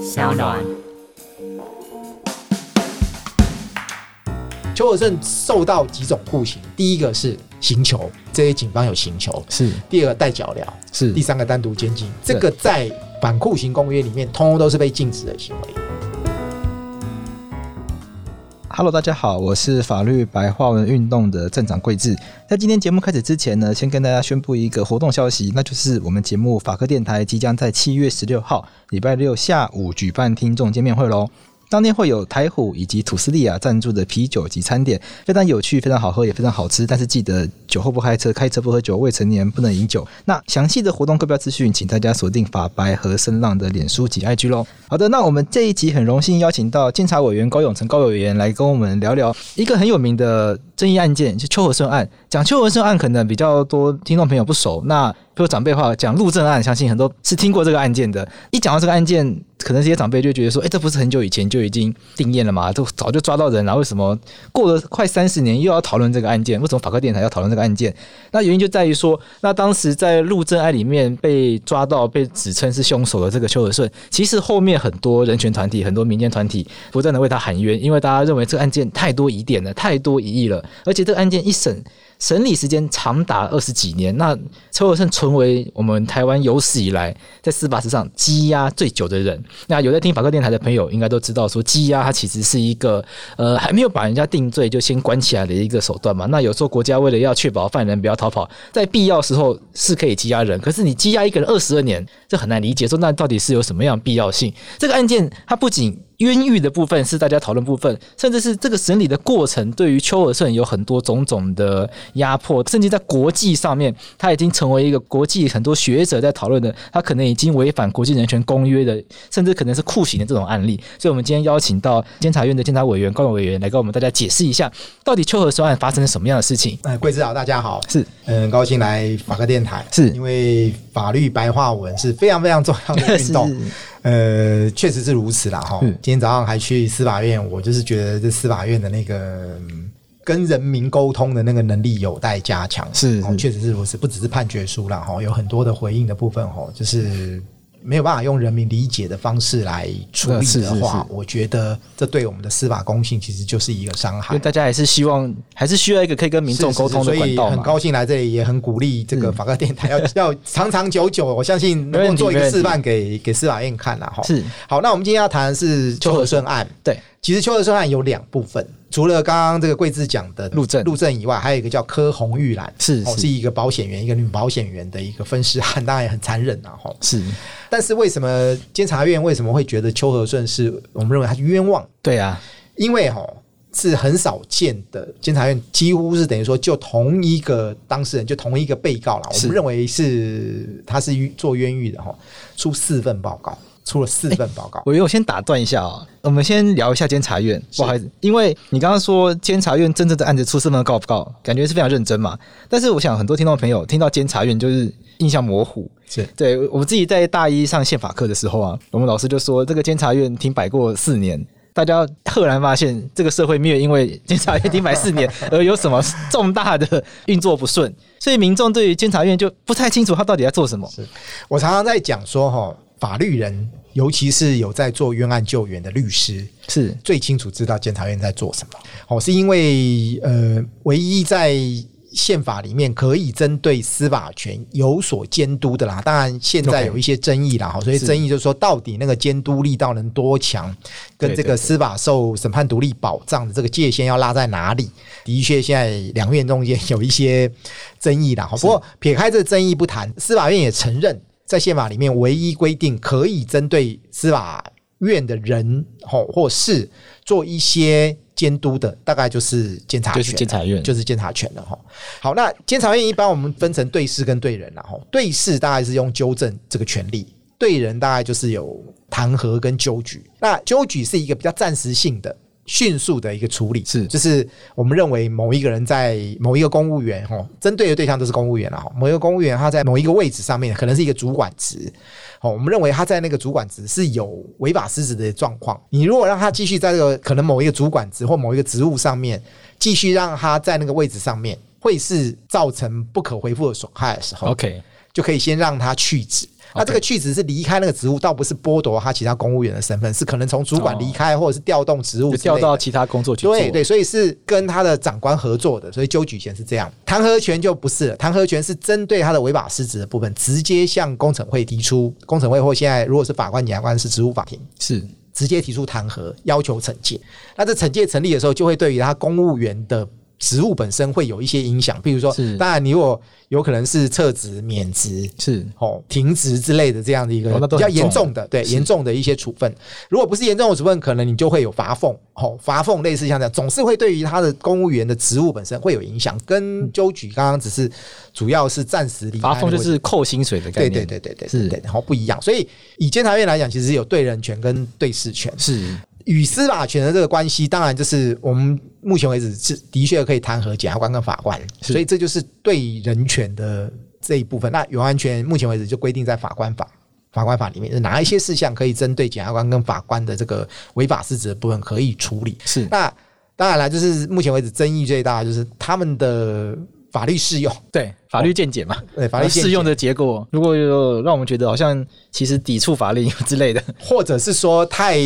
小暖。求偶症受到几种酷刑，第一个是行球，这些警方有行球；是第二个带脚镣，是第三个单独监禁，这个在反酷刑公约里面，通通都是被禁止的行为。 Hello，大家好，我是法律白话文运动的郑长贵志。在今天节目开始之前呢，先跟大家宣布一个活动消息，那就是我们节目法科电台即将在七月十六号礼拜六下午举办听众见面会喽。当天会有台虎以及吐司利亚赞助的啤酒及餐点，非常有趣，非常好喝，也非常好吃。但是记得酒后不开车，开车不喝酒，未成年不能饮酒。那详细的活动购票资讯，请大家锁定法白和声浪的脸书及 IG 喽。好的，那我们这一集很荣幸邀请到监察委员高永成高委员来跟我们聊聊一个很有名的争议案件，就邱和顺案。讲邱和顺案，可能比较多听众朋友不熟。那比如长辈的话，讲陆政案，相信很多是听过这个案件的。一讲到这个案件，可能这些长辈就觉得说，哎、这不是很久以前就已经定验了嘛？都早就抓到人了，为什么过了快三十年又要讨论这个案件？为什么法科电台要讨论这个案件？那原因就在于说，那当时在陆政案里面被抓到、被指称是凶手的这个邱和顺，其实后面很多人权团体、很多民间团体不断的为他喊冤，因为大家认为这个案件太多疑点了，太多疑义了，而且这个案件一审审理时间长达二十几年，那邱和顺成为我们台湾有史以来在司法史上羁押最久的人。那有在听法科电台的朋友应该都知道，说羁押它其实是一个呃还没有把人家定罪就先关起来的一个手段嘛。那有时候国家为了要确保犯人不要逃跑，在必要时候是可以羁押人，可是你羁押一个人二十二年，这很难理解。说那到底是有什么样的必要性？这个案件它不仅冤狱的部分是大家讨论部分，甚至是这个审理的过程对于邱尔顺有很多种种的压迫，甚至在国际上面，他已经成为一个国际很多学者在讨论的，他可能已经违反国际人权公约的，甚至可能是酷刑的这种案例。所以，我们今天邀请到监察院的监察委员高永委员来跟我们大家解释一下，到底邱尔顺案发生了什么样的事 情？哎，贵志好，大家好，是嗯，很高兴来法科电台，是因为法律白话文是非常非常重要的运 是动，呃，确实是如此啦哈。是今天早上还去司法院，我就是觉得这司法院的那个。嗯跟人民沟通的那个能力有待加强，是哦是确实是如此，不只是判决书啦，哈，有很多的回应的部分，哈，就是没有办法用人民理解的方式来处理呃是的是话，是我觉得这对我们的司法公信其实就是一个伤害因为。大家还是希望，还是需要一个可以跟民众是沟通的是是管道所以很嘛。高兴来这里，也很鼓励 这个法科电台要要长长久久。我相信能够做一没个问题示范给给司法院看啦。哈。是好，那我们今天要谈的是邱和顺案。对，其实邱和顺案有两部分，除了刚刚这个桂志讲的陆政陆政以外，还有一个叫柯红玉兰，是哦，是是一个保险员，一个女保险员的一个分尸案，当然也很残忍啊。哈。是，但是为什么监察院为什么会觉得邱和顺是我们认为他是冤枉？对啊，因为哈是很少见的，监察院几乎是等于说就同一个当事人，就同一个被告啦，我是们认为是他是做冤狱的哈，出四份报告，出了四份报告。我我先打断一下啊、我们先聊一下监察院，不好意思，因为你刚刚说监察院真正的案子出这份告不告，感觉是非常认真嘛。但是我想很多听众朋友听到监察院就是印象模糊，是对我我自己在大一上宪法课的时候啊，我们老师就说这个监察院停摆过四年。大家赫然发现，这个社会没有因为监察院停摆四年 而有什么重大的运作不顺，所以民众对于监察院就不太清楚他到底在做什么。我常常在讲说哈，法律人尤其是有在做冤案救援的律师，是最清楚知道监察院在做什么。哦，是因为呃，唯一在宪法里面可以针对司法权有所监督的啦。当然，现在 OK 有一些争议啦，哈，所以是争议就是说，到底那个监督力道能多强，跟对这对个对司法受审判独立保障的这个界限要拉在哪里？的确，现在两院中间有一些争议啦。哈，不过撇开这争议不谈，司法院也承认，在宪法里面唯一规定可以针对司法院的人吼或是做一些监督的，大概就是监察就权，是监察院就是监察权了哈。好，那监察院一般我们分成对事跟对人啦哈。对事大概是用纠正这个权利，对人大概就是有弹劾跟纠举。那纠举是一个比较暂时性的。迅速的一个处理是就是我们认为某一个人在某一个公务员哦，针对的对象都是公务员了哈。某一个公务员他在某一个位置上面，可能是一个主管职，哦，我们认为他在那个主管职是有违法失职的状况。你如果让他继续在这个可能某一个主管职或某一个职务上面，继续让他在那个位置上面，会是造成不可回复的损害的时候。 OK，就可以先让他去职。那这个去职是离开那个职务，倒不是剥夺他其他公务员的身份，是可能从主管离开，或者是调动职务就之类调的到其他工作去做。对对，所以是跟他的长官合作的，所以纠举权是这样。弹劾权就不是了，弹劾权是针对他的违法失职的部分，直接向工程会提出。工程会或现在如果是法官、检察官是职务法庭，是直接提出弹劾，要求惩戒。那这惩戒成立的时候，就会对于他公务员的职务本身会有一些影响，比如说是，当然你如果有可能是撤职、免职。是哦，停职之类的这样的一个哦那都比很较严重重的，对严重的一些处分。如果不是严重的处分，可能你就会有罚俸，哦，罚俸类似像这样，总是会对于他的公务员的职务本身会有影响，跟纠举刚刚只是主要是暂时离开罚那俸个就位置是扣薪水的概对念。对对对对是对对，然后不一样。所以以监察院来讲，其实有对人权跟对事权，是与司法权的这个关系，当然就是我们目前为止是的确可以弹劾检察官跟啊法官，是所以这就是对人权的这一部分。那有安全目前为止就规定在法官法。法官法里面就是哪一些事项可以针对检察官跟法官的这个违法失职的部分可以处理？是那当然了，就是目前为止争议最大的就是他们的法律适用，对法律见解嘛，对哦法律见解呃适用的结果，如果有让我们觉得好像其实抵触法令之类的， 或者是说太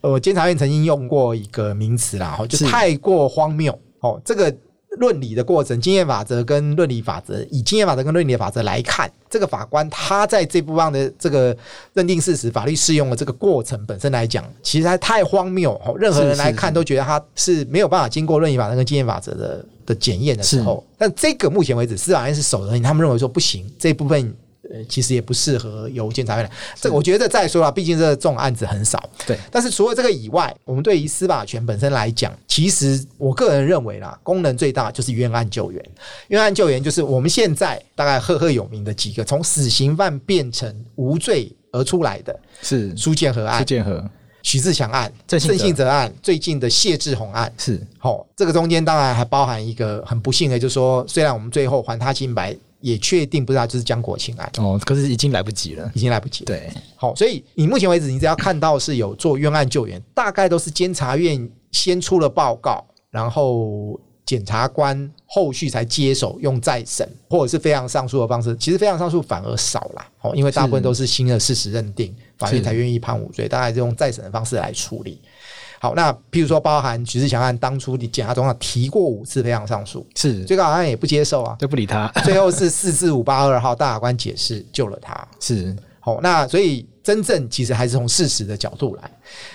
呃，监察院曾经用过一个名词啦，哦，就是是太过荒谬哦。这个论理的过程，经验法则跟论理法则，以经验法则跟论理法则来看，这个法官他在这部分的这个认定事实、法律适用的这个过程本身来讲，其实它太荒谬哦，任何是人是来看是都觉得它是没有办法经过论理法则跟经验法则的的检验的时是候。但这个目前为止，司法院是守的，他们认为说不行，这部分呃其实也不适合由监察院来。这个我觉得再说了，毕竟这种案子很少。对但是除了这个以外，我们对于司法权本身来讲，其实我个人认为啦，功能最大就是冤案救援。冤案救援就是我们现在大概赫赫有名的几个，从死刑犯变成无罪而出来的是苏建和苏案、建和许志强案、郑信哲信哲案，最近的谢志宏案。是哦，这个中间当然还包含一个很不幸的，就是说，虽然我们最后还他清白，也确定不是他，就是江国庆案，哦，可是已经来不及了。已经来不及了。对，好，所以你目前为止，你只要看到是有做冤案救援，大概都是监察院先出了报告，然后检察官后续才接手用再审或者是非常上诉的方式。其实非常上诉反而少啦，哦，因为大部分都是新的事实认定，法院才愿意判无罪，大概是用再审的方式来处理。好，那譬如说包含徐志强案，当初检察总长提过五次非常上诉，是最高法院也不接受啊，就不理他，最后是四至五八二号大法官解释救了他。是好、那所以真正其实还是从事实的角度来。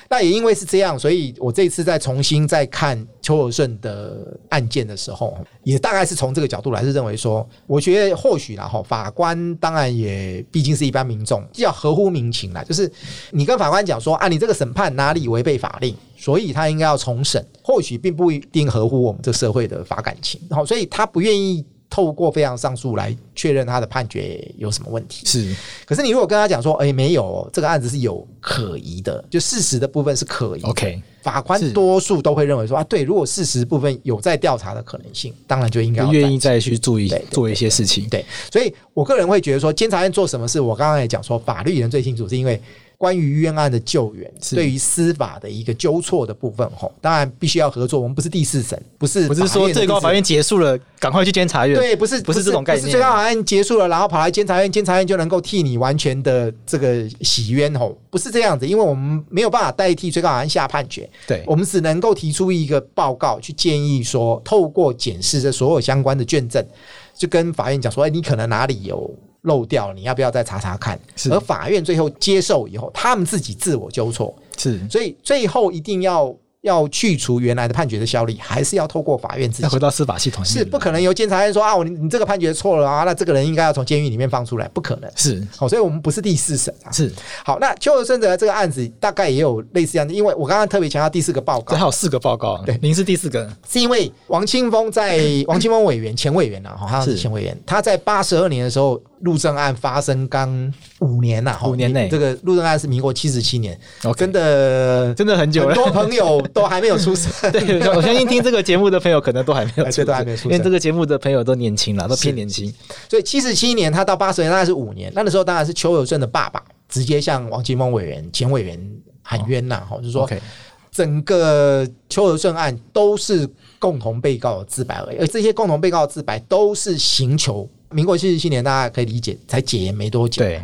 那也因为是这样，所以我这一次再重新再看邱尔顺的案件的时候，也大概是从这个角度来，是认为说，我觉得或许啦哈，法官当然也毕竟是一般民众，要合乎民情啦。就是你跟法官讲说啊，你这个审判哪里违背法令，所以他应该要重审，或许并不一定合乎我们这社会的法感情。好，所以他不愿意。透过非常上诉来确认他的判决有什么问题，是可是你如果跟他讲说，哎、没有哦，这个案子是有可疑的，就事实的部分是可疑的 OK，法官是多数都会认为说啊，对，如果事实部分有在调查的可能性，当然就应该要就再愿意再去注意对对做一些事情。对，所以我个人会觉得说，监察院做什么事，我刚刚也讲说，法律人最清楚，是因为关于冤案的救援，是对于司法的一个纠错的部分，吼，当然必须要合作。我们不是第四审，不是不是法院说的最第高四法院结束了，赶快去监察院。对，不是不是这种概念不是最高法院结束了，然后跑来监察院，监察院就能够替你完全的这个洗冤吼，不是这样子，因为我们没有办法代替最高法院下判决，对我们只能够提出一个报告去建议说，透过检视这所有相关的卷证，就跟法院讲说，哎，你可能哪里有。漏掉了，你要不要再查查看？是而法院最后接受以后，他们自己自我纠错，是所以最后一定要要去除原来的判决的效力，还是要透过法院自己要回到司法系统里面是不可能由监察院说啊，我你你这个判决错了啊，那这个人应该要从监狱里面放出来，不可能。是好、所以我们不是第四审啊。是，好，那邱尔顺的这个案子大概也有类似这样的，因为我刚刚特别强调第四个报这告还，有四个报告，对您是第四个，是因为王清峰 在王清峰委员前委员呐、啊，好像是是前委员，他在八十二年的时候，陆政案发生刚五年呐、哈五年内这个陆政案是民国七十七年， OK 真的真的很久很了。多朋友都还没有出生， 对，我相信听这个节目的朋友可能都还没有哎对出生，都还没有出因为生这个节目的朋友都年轻了，都偏年轻。所以七十七年他到八十年大概是五年，那个时候当然是邱有正的爸爸直接向王金峰委员、前委员喊冤呐、哈、就是说 OK，整个邱有正案都是共同被告的自白而已，而这些共同被告的自白都是刑求。民国七十七年，大家可以理解，才解严没多久。对，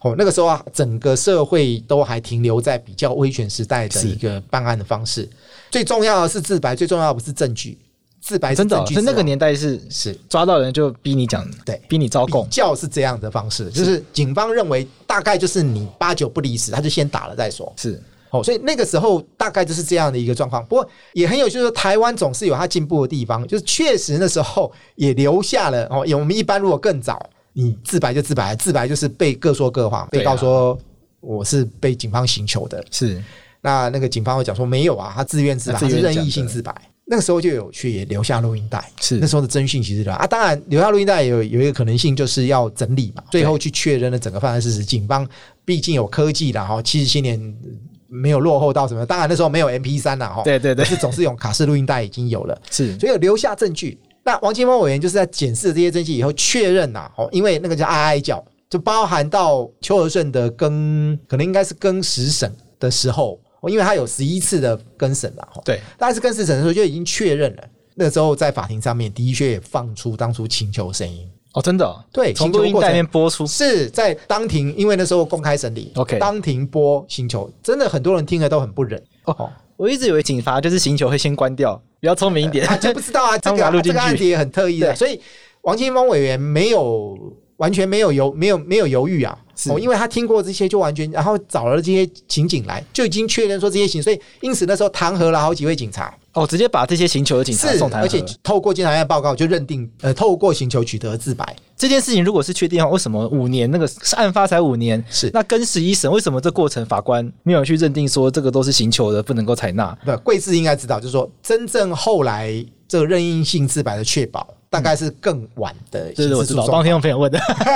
哦，那个时候啊，整个社会都还停留在比较威权时代的一个办案的方式。最重要的是自白，最重要的不是证据，自白是真的哦、证据在那之个王年代是啊是抓到人就逼你讲，对逼你招比供，较是这样的方式，就是警方认为大概就是你八九不离十，他就先打了再说。是哦，所以那个时候大概就是这样的一个状况。不过也很有趣，就是说台湾总是有它进步的地方，就是确实那时候也留下了哦。也我们一般如果更早，你自白就自白，自白就是被各说各话，对啊被告说我是被警方刑求的，是，那那个警方会讲说没有啊，他自愿自白，他他自是愿任讲意的性自白。那个时候就有去也留下录音带，是那时候的征讯其实对吧？啊，当然留下录音带有有一个可能性就是要整理嘛，最后去确认了整个犯案事实。警方毕竟有科技啦，哈，七十七年呃没有落后到什么，当然那时候没有 MP 三啦，哈，对对对但是总是用卡式录音带已经有了， 是所以有留下证据。那王金峰委员就是在检视这些证据以后确认呐、哦，因为那个叫哀哀叫，就包含到邱和顺的更，可能应该是更十审的时候，哦因为他有十一次的更审嘛，哦，对，大概是更十审的时候就已经确认了。那时候在法庭上面的确也放出当初请求声音，哦，真的哦、对从请求录音过带里程面播出，是在当庭，因为那时候公开审理 OK 当庭播请求，真的很多人听了都很不忍哦，我一直以为警察就是刑求会先关掉，比较聪明一点，啊，就不知道啊，这他们个把它啊录这进个案去子也很特意的，对所以王清峰委员没有完全没有犹没有没有犹豫啊，是哦，因为他听过这些，就完全然后找了这些刑警来，就已经确认说这些刑，所以因此那时候弹劾了好几位警察， 哦，直接把这些刑求的警察是送，台而且河透过监察院报告就认定，呃，透过刑求取得自白，这件事情如果是确定的话，为什么五年那个是案发才五年？是那跟十一审为什么这过程法官没有去认定说这个都是刑求的，不能够采纳？不，贵志应该知道，就是说真正后来这个任意性自白的确保，大概是更晚的这刑是我事知诉道，讼帮听众朋友问的，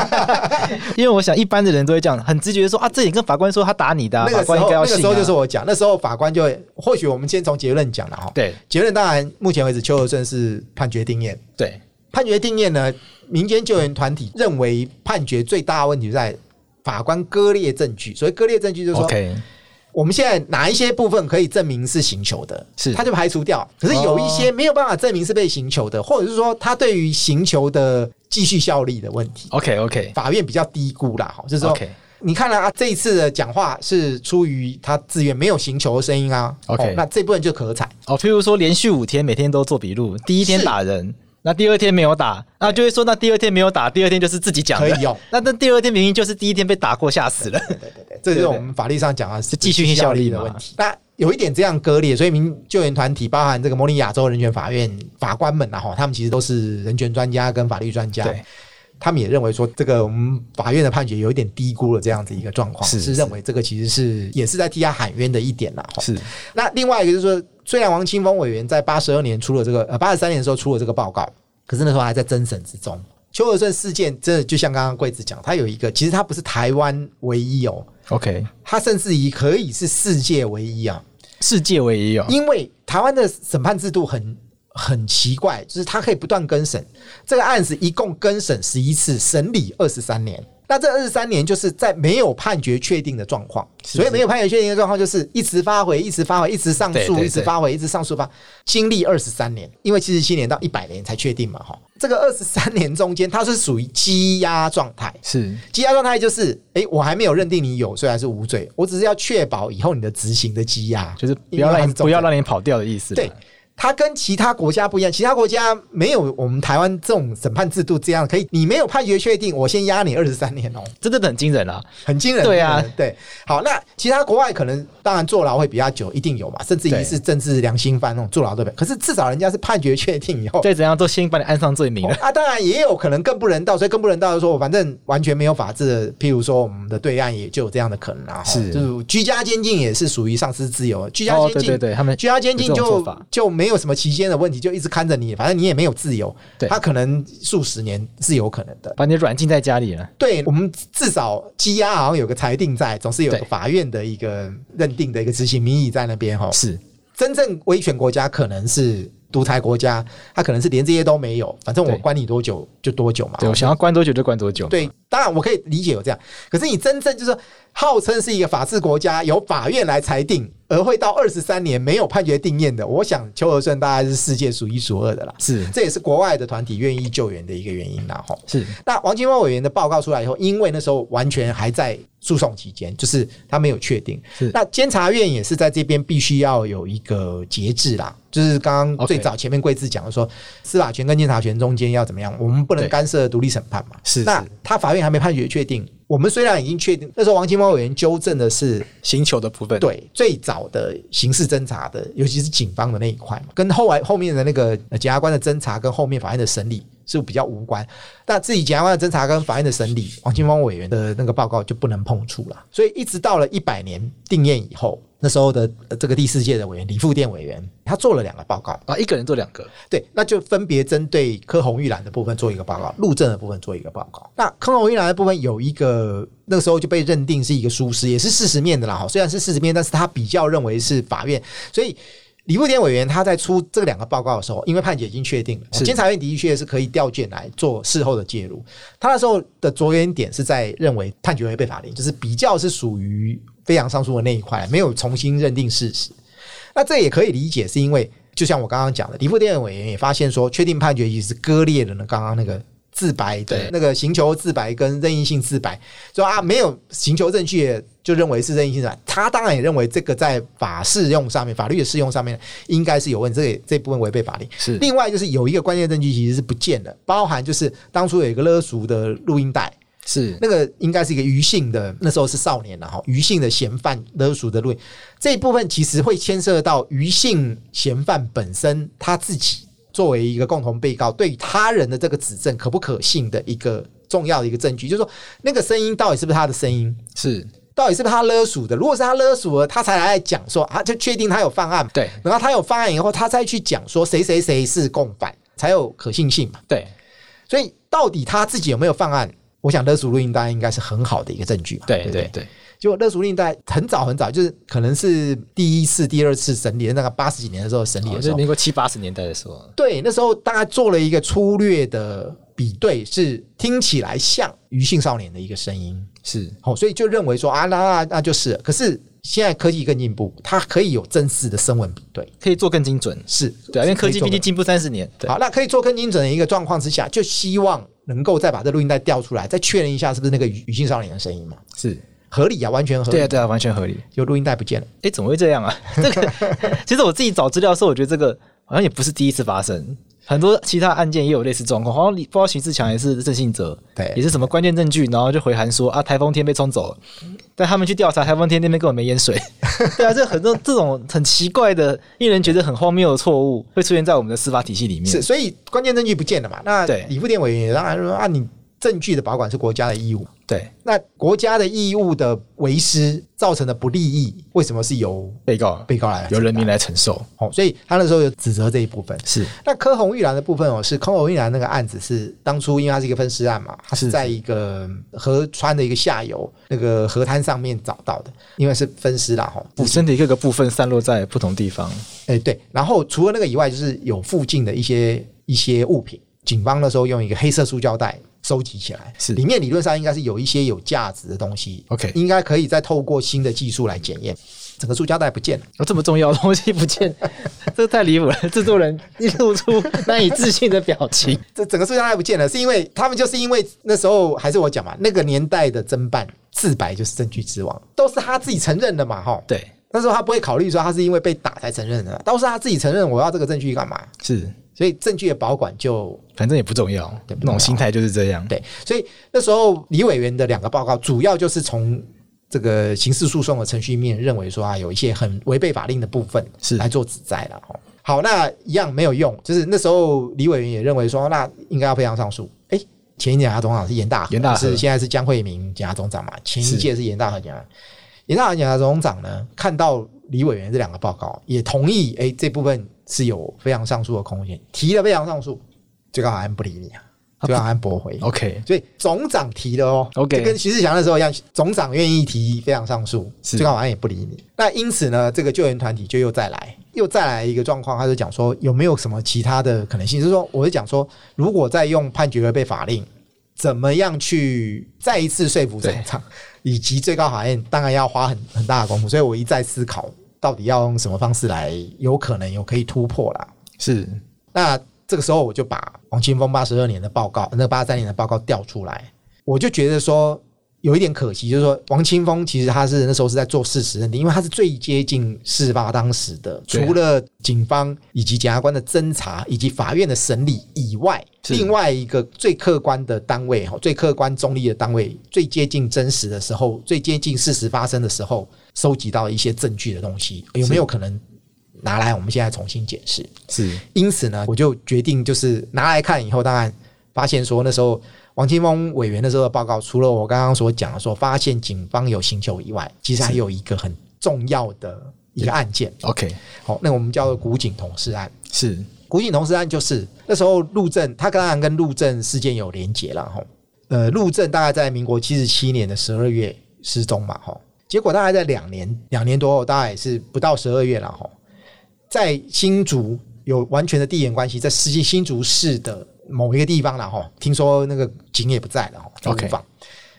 因为我想一般的人都会这样，很直觉地说啊，这也跟法官说他打你的啊、那个法时官应候，该要那信、个啊。时候就是我讲，那时候法官就会或许我们先从结论讲了哈。对结论当然目前为止邱和顺是判决定验，对判决定验呢，民间救援团体认为判决最大的问题在法官割裂证据，所谓割裂证据就是说。 ，OK，我们现在哪一些部分可以证明是刑求的，是哦他就排除掉。可是有一些没有办法证明是被刑求的，或者是说他对于刑求的继续效力的问题， OK OK 法院比较低估啦。哈，就是说 OK 你看了啊，这一次的讲话是出于他自愿，没有刑求的声音啊。 OK 那这部分就可采。哦，譬如说连续五天每天都做笔录，第一天是打人。那第二天没有打，那就会说那第二天没有打，第二天就是自己讲的。可以用那那第二天明明就是第一天被打过，吓死了。对对对，这就是我们法律上讲的是继续性效力嘛的问题。那有一点这样割裂，所以民救援团体包含这个模拟亚洲人权法院法官们啊，哈，他们其实都是人权专家跟法律专家对。他们也认为说，这个我们法院的判决有一点低估了这样子一个状况，是是认为这个其实是也是在替他喊冤的一点啦。哈是那另外一个就是说，虽然王清峰委员在八十二年出了这个呃八十三年的时候出了这个报告，可是那时候还在侦审之中。邱和顺事件真的就像刚刚贵子讲，他有一个其实他不是台湾唯一哦， OK，他甚至于可以是世界唯一啊，世界唯一哦。因为台湾的审判制度很很奇怪，就是它可以不断更审。这个案子一共更审十一次，审理二十三年。那这二十三年就是在没有判决确定的状况，所以没有判决确定的状况就是一直发回，一直发回，一直上对对诉，对一直发回，一直上诉发，经历二十三年，因为七十七年到一百年才确定嘛，哈，这个二十三年中间它是属于积压状态，是羁押状态就是，诶，我还没有认定你有罪还是无罪，我只是要确保以后你的执行的羁押，就是不因要为它让是你重不要罪让你跑掉的意思。对，它跟其他国家不一样，其他国家没有我们台湾这种审判制度这样，可以你没有判决确定，我先压你二十三年哦，真的很惊人啊！很惊人。对啊很惊人对。好，那其他国外可能当然坐牢会比较久，一定有嘛，甚至对于是政治良心犯那种坐牢对不对？可是至少人家是判决确定以后。再怎样都先把你安上罪名了。啊，当然也有可能更不人道，所以更不人道的说，我反正完全没有法治的。譬如说，我们的对岸也就有这样的可能啊，是就是居家监禁也是属于丧失自由，居家哦，监对禁、对对，他们居家监禁有这种做就法就没有什么期间的问题，就一直看着你，反正你也没有自由对。他可能数十年是有可能的。把你软禁在家里了。对我们至少羁押好像有个裁定在，总是有个对法院的一个认定的一个执行民意在那边哦哈。是真正威权国家可能是独裁国家，他可能是连这些都没有，反正我对关你多久就多久嘛。对，我想要关多久就关多久。对，当然我可以理解有这样，可是你真正就是说号称是一个法治国家，由法院来裁定，而而会到二十三年没有判决定验的，我想邱和顺大概是世界数一数二的啦。是这也是国外的团体愿意救援的一个原因啦。吼，是那王金花委员的报告出来以后，因为那时候完全还在诉讼期间，就是他没有确定是。那监察院也是在这边必须要有一个节制啦，就是刚刚 OK 最早前面贵志讲的说，司法权跟监察权中间要怎么样，我们不能对干涉独立审判嘛。是那是他法院还没判决确定，我们虽然已经确定，那时候王金花委员纠正的是刑求的部分，，对最早的刑事侦查的，尤其是警方的那一块嘛，跟后来后面的那个呃检察官的侦查跟后面法院的审理是比较无关。那自己检察官的侦查跟法院的审理，王金峰委员的那个报告就不能碰触了。所以一直到了一百年定谳以后，那时候的、呃这个第四届的委员李富殿委员，他做了两个报告，啊，一个人做两个，对，那就分别针对柯红玉兰的部分做一个报告，路政的部分做一个报告。那柯红玉兰的部分有一个，那个时候就被认定是一个疏失，也是事实面的啦。哈，虽然是事实面，但是他比较认为是法院，所以。李富田委员他在出这两个报告的时候，因为判决已经确定了，是监察院的确是可以调件来做事后的介入。他那时候的着眼点是在认为判决会被法庭，就是比较是属于非常上诉的那一块，没有重新认定事实。那这也可以理解，是因为就像我刚刚讲的，离副电影委员也发现说，确定判决其实割裂了呢刚刚那个自白对的那个刑求自白跟任意性自白，说啊没有刑求证据就认为是任意性自白，他当然也认为这个在法适用上面、法律的适用上面应该是有问题，这个这部分违背法令。是另外就是有一个关键证据其实是不见的，包含就是当初有一个勒赎的录音带。是那个应该是一个余姓的，那时候是少年了哈，余姓的嫌犯勒赎的论这一部分，其实会牵涉到余姓嫌犯本身他自己作为一个共同被告，对他人的这个指证可不可信的一个重要的一个证据，就是说那个声音到底是不是他的声音，是，到底是不是他勒赎的？如果是他勒赎了，他才来讲说啊，就确定他有犯案，对然后他有犯案以后，他再去讲说谁谁谁是共犯，才有可信性嘛。对所以到底他自己有没有犯案？我想勒索录音带应该是很好的一个证据嘛。对不对对，结果勒索录音带很早很早，就是可能是第一次、第二次审理，那个八十几年的时候审理也的是时候，民国七八十年代的时候，对，那时候大概做了一个粗略的比对，是听起来像余姓少年的一个声音。是哦，所以就认为说啊，那那那就是了。可是现在科技更进步，它可以有正式的声纹比对，可以做更精准，是对啊，因为科技可以做毕的竟进步三十年，对好，那可以做更精准的一个状况之下，就希望能够再把这录音带调出来，再确认一下是不是那个语语性少年的声音嘛？是，合理啊，完全合理。对啊对啊，完全合理。就录音带不见了，哎，怎么会这样啊？ 这 个其实我自己找资料的时候，我觉得这个好像也不是第一次发生，很多其他案件也有类似状况。好像你不知道徐志强也是郑信哲，对也是什么关键证据，然后就回函说啊，台风天被冲走了，但他们去调查，台风天那边根本没 淹水。对啊，这很多这种很奇怪的，令人觉得很荒谬的错误，会出现在我们的司法体系里面。是，所以关键证据不见了嘛？那对李富典委员也当然说啊，你证据的保管是国家的义务，对那国家的义务的为失造成的不利益，为什么是由被告被告来由人民来？来承受，哦，所以他那时候有指责这一部分。是那柯红玉兰的部分哦，是柯红玉兰那个案子是当初因为它是一个分尸案嘛，它是是在一个河川的一个下游那个河滩上面找到的，因为是分尸啦吼。你身体各个部分散落在不同地方。哎、对，然后除了那个以外，就是有附近的一些一些物品，警方那时候用一个黑色塑胶袋收集起来，是里面理论上应该是有一些有价值的东西 OK 应该可以再透过新的技术来检验。整个塑胶袋不见了，有这么重要的东西不见， 这太离谱了！制作人一露 出难以置信的表情。这整个塑胶袋不见了，是因为他们就是因为那时候还是我讲嘛，那个年代的侦办自白就是证据之王，都是他自己承认的嘛，哈。对，那时候他不会考虑说他是因为被打才承认的，都是他自己承认，我要这个证据干嘛？是，所以证据的保管就反正也不重要，对那种心态就是这样。对，所以那时候李委员的两个报告主要就是从。这个刑事诉讼的程序面认为说啊，有一些很违背法令的部分是来做指摘了哦。好，那一样没有用，就是那时候李委员也认为说，那应该要赔偿上诉。哎，前一届检察总长是严大和，严大和是现在是江惠明检察总长嘛？前一是届是严大和检察，严大和检察总长呢，看到李委员这两个报告，也同意哎这部分是有非常上诉的空间，提了非常上诉，最高法院不理你啊，啊最高法院驳回。 OK，所以总长提的哦 OK 就跟徐志强那时候一样，总长愿意提非常上诉，是最高法院也不理你。那因此呢，这个救援团体就又再来，又再来一个状况，他就讲说有没有什么其他的可能性？就是说，我就讲说，如果再用判决而被法令，怎么样去再一次说服总长，以及最高法院，当然要花很很大的功夫。所以我一再思考。到底要用什么方式来有可能有可以突破啦。是那这个时候我就把王清峰八十二年的报告，那八三年的报告调出来，我就觉得说有一点可惜，就是说王清峰其实他是那时候是在做事实认定，因为他是最接近事发当时的，对啊除了警方以及检察官的侦查以及法院的审理以外，是另外一个最客观的单位哈，最客观中立的单位，最接近真实的时候，最接近事实发生的时候，收集到一些证据的东西，有没有可能拿来我们现在重新检视？是因此呢，我就决定就是拿来看以后，当然发现说那时候王清峰委员那时候的报告，除了我刚刚所讲的说发现警方有行求以外，其实还有一个很重要的一个案件， OK 好、那我们叫做古井同事案。是古井同事案就是那时候陆政，他当然跟陆政事件有连结了吼。呃，陆政大概在民国七十七年的十二月失踪嘛吼，结果大概在两年两年多后，大概也是不到十二月了吼，在新竹有完全的地缘关系，在实际新竹市的某一个地方了吼，听说那个井也不在了吼，在无 OK 妨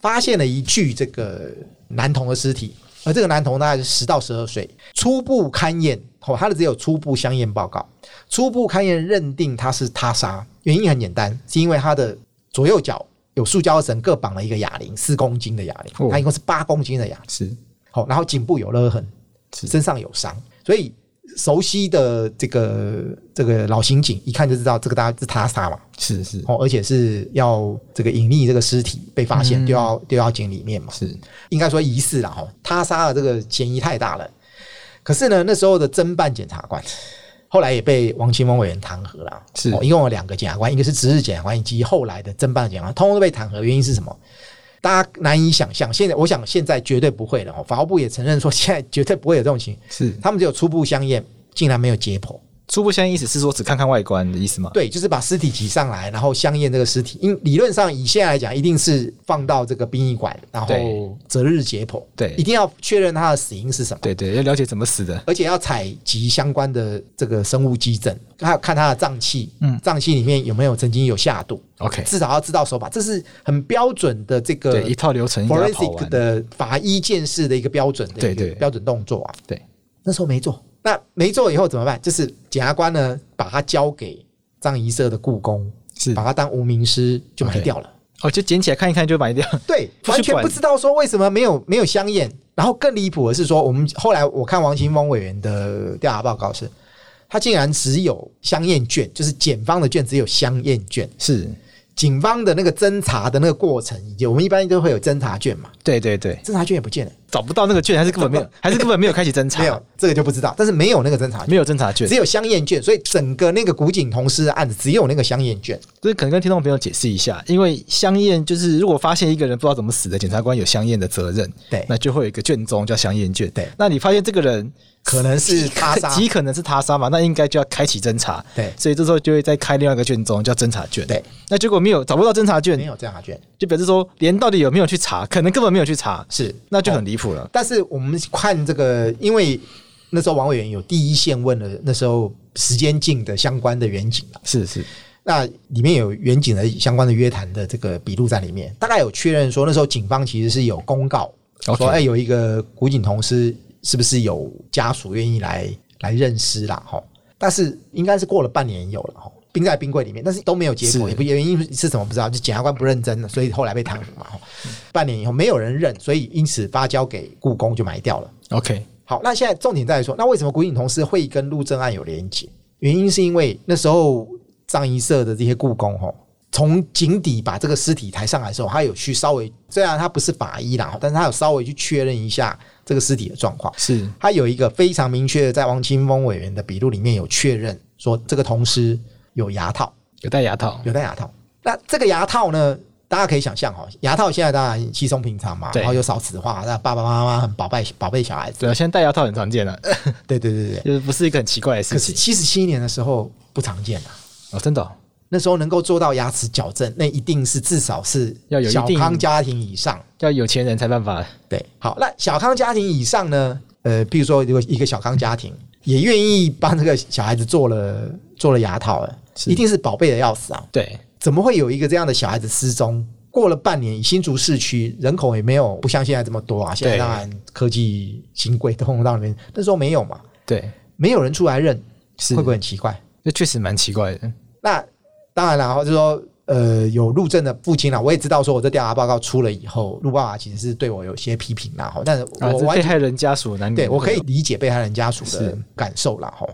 发现了一具这个男童的尸体，而这个男童大概是十到十二岁，初步勘验哦，他的只有初步相验报告，初步勘验认定他是他杀，原因很简单，是因为他的左右脚有塑胶绳各绑了一个哑铃，四公斤的哑哦铃，他一共是八公斤的哑铃，是好，然后颈部有勒痕，是身上有伤，所以熟悉的这个这个老刑警一看就知道这个大家是他杀嘛，是是哦，而且是要这个隐匿这个尸体被发现嗯丢到丢到井里面嘛，是应该说疑似啦哈，他杀的这个嫌疑太大了。可是呢，那时候的侦办检察官后来也被王清峰委员弹劾了，是哦一共有两个检察官，一个是值日检察官，以及后来的侦办检察官，通通都被弹劾，原因是什么？大家难以想象，现在我想现在绝对不会了。哦法务部也承认说，现在绝对不会有这种情形，是。他们只有初步相验，竟然没有解剖。初步相应意思是说只看看外观的意思吗？对，就是把尸体挤上来，然后相验这个尸体。因理论上以现在来讲，一定是放到这个殡仪馆，然对后择日解剖。对一定要确认他的死因是什么，对对，要了解怎么死的。而且要采集相关的这个生物基证，还有看他的脏器，嗯脏器里面有没有曾经有下毒， OK，至少要知道手法，这是很标准的这个对一套流程应该要跑 forensic 完。的法医鉴识的一个标准的一对个对标准动作啊。对，那时候没做，那没做以后怎么办？就是检察官呢，把他交给葬仪社的故宫，是把他当无名尸就埋 OK 掉了。哦，就捡起来看一看就埋掉。 对，不去完全管不知道说为什么没有没有相验。然后更离谱的是说，我们后来我看王清峰委员的调查报告是，他竟然只有相验卷，就是检方的卷只有相验卷，是，警方的那个侦查的那个过程，以及我们一般都会有侦查卷嘛，对对对，侦查卷也不见了，找不到那个卷，还是根本没有，还是根本没有开启侦查，没有这个就不知道，但是没有那个侦查卷。没有侦查卷只。有相验卷，所以整个那个古井同事的案子只有那个相验卷。这可能跟听众朋友解释一下，因为香验就是如果发现一个人不知道怎么死的，检察官有香验的责任，对那就会有一个卷宗叫香验卷。对那你发现这个人可能是他杀极可能是他杀嘛，那应该就要开启侦查。对所以这时候就会再开另外一个卷宗叫侦查卷。对，那结果没有找不到侦查没卷，有侦查卷，就表示说连到底有没有去查，可能根本没有去查，是那就很离谱了。哦但是我们看这个，因为那时候王委员有第一线问了那时候时间镜的相关的远景嘛，啊是是那里面有远景的相关的约谈的这个笔录在里面，大概有确认说那时候警方其实是有公告 OK 说，哎、有一个古井同师是不是有家属愿意来来认尸啦？哈，但是应该是过了半年有了哈。冰在冰柜里面，但是都没有结果，是也不原因是什么不知道，就检察官不认真了，所以后来被弹劾嘛。吼半年以后没有人认，所以因此发交给故宫就埋掉了。 OK，好，那现在重点在于说，那为什么古井同事会跟陆正案有连结？原因是因为那时候藏仪社的这些故宫吼，从井底把这个尸体抬上来的时候，他有去稍微，虽然他不是法医啦，但是他有稍微去确认一下这个尸体的状况。是他有一个非常明确的，在王清峰委员的笔录里面有确认说，这个同师有牙套，有戴牙套，有戴牙套。那这个牙套呢，大家可以想象哦，牙套现在当然稀松平常嘛，对然后又少子化，那爸爸妈妈很宝贝宝贝小孩子。对啊，现在戴牙套很常见 了，对对对对。就是不是一个很奇怪的可事是情七十七年的时候不常见啊，哦，真的哦、那时候能够做到牙齿矫正，那一定是至少是要有一小定康家庭以上。要有钱人才办法。对，好，那小康家庭以上呢？呃，比如说如果一个小康家庭也愿意帮这个小孩子做了做了牙套了，是一定是宝贝的要死啊！对，怎么会有一个这样的小孩子失踪？过了半年，以新竹市区人口也没有不像现在这么多啊。现在对当然科技新贵通通到里面，那时候没有嘛，对，没有人出来认，是会不会很奇怪？这确实蛮奇怪的。那当然了，然后就说呃，有入证的父亲啦，啊我也知道说我这调查报告出了以后，陆爸爸其实是对我有些批评啦，吼，但是啊，我这完被全、害人家属难免对我可以会理解被害人家属的是感受啦，吼，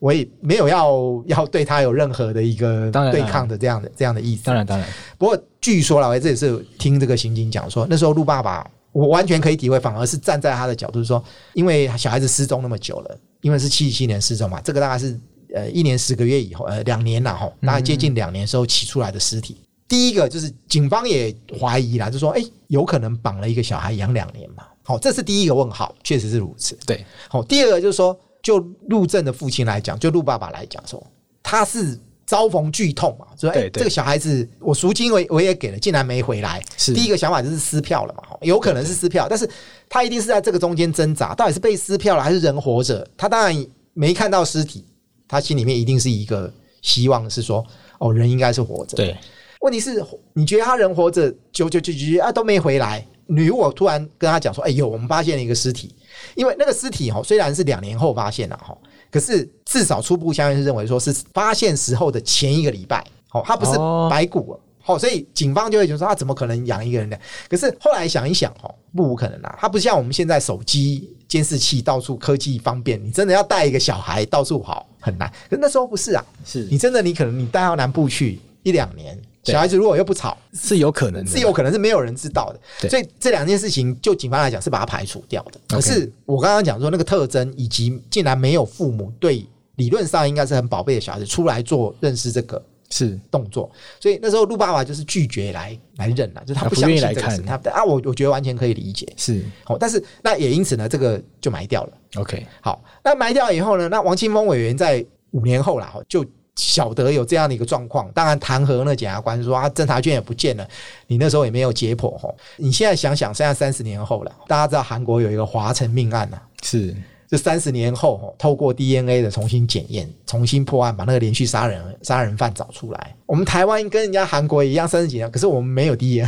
我也没有要要对他有任何的一个当然啦对抗的这样的这样的意有，思当。然当然，不过据说啦，我这也是听这个刑警讲说，那时候陆爸爸，我完全可以体会，反而是站在他的角度说，因为小孩子失踪那么久了，因为是七七年失踪嘛，这个大概是呃一年十个月以后，呃两年了吼，大概接近两年时候起出来的尸体。第一个就是警方也怀疑啦，就说哎、有可能绑了一个小孩养两年嘛。好，这是第一个问号，确实是如此。对，好，第二个就是说，就陆正的父亲来讲，就陆爸爸来讲说，他是遭逢剧痛嘛，所以、哎对对这个小孩子，我赎金我也我也给了，竟然没回来。是第一个想法就是撕票了嘛，哦有可能是撕票，但是他一定是在这个中间挣扎，到底是被撕票了还是人活着？他当然没看到尸体，他心里面一定是一个希望是说，哦，人应该是活着。对，问题是，你觉得他人活着，九九九九啊都没回来。你如果突然跟他讲说，哎、有我们发现了一个尸体，因为那个尸体哦，虽然是两年后发现了哈，可是至少初步相关是认为说是发现时候的前一个礼拜，哦，他不是哦白骨了。哦，所以警方就会觉得说，他、啊怎么可能养一个人呢？可是后来想一想，哦，不无可能啊。他不像我们现在手机监视器到处科技方便，你真的要带一个小孩到处跑很难。可是那时候不是啊，是你真的你可能你带到南部去一两年，对小孩子如果又不吵，是有可能的，是有可能是没有人知道的。对所以这两件事情，就警方来讲是把它排除掉的。可 OK 是我刚刚讲说那个特征，以及竟然没有父母对理论上应该是很宝贝的小孩子出来做认识这个是动作，所以那时候陆爸爸就是拒绝来来认了，就是他他不啊不相愿意信来这个看事，他啊，我我觉得完全可以理解。是哦，但是那也因此呢，这个就埋掉了。 OK，好，那埋掉以后呢，那王清峰委员在五年后啦，就晓得有这样的一个状况，当然弹劾那检察官说啊，侦查卷也不见了，你那时候也没有解剖吼。你现在想想，现在三十年后了，大家知道韩国有一个华城命案啊呐、是 就三十年后吼，透过 DNA 的重新检验、重新破案，把那个连续杀人杀人犯找出来。我们台湾跟人家韩国一样三十几年，可是我们没有 DNA。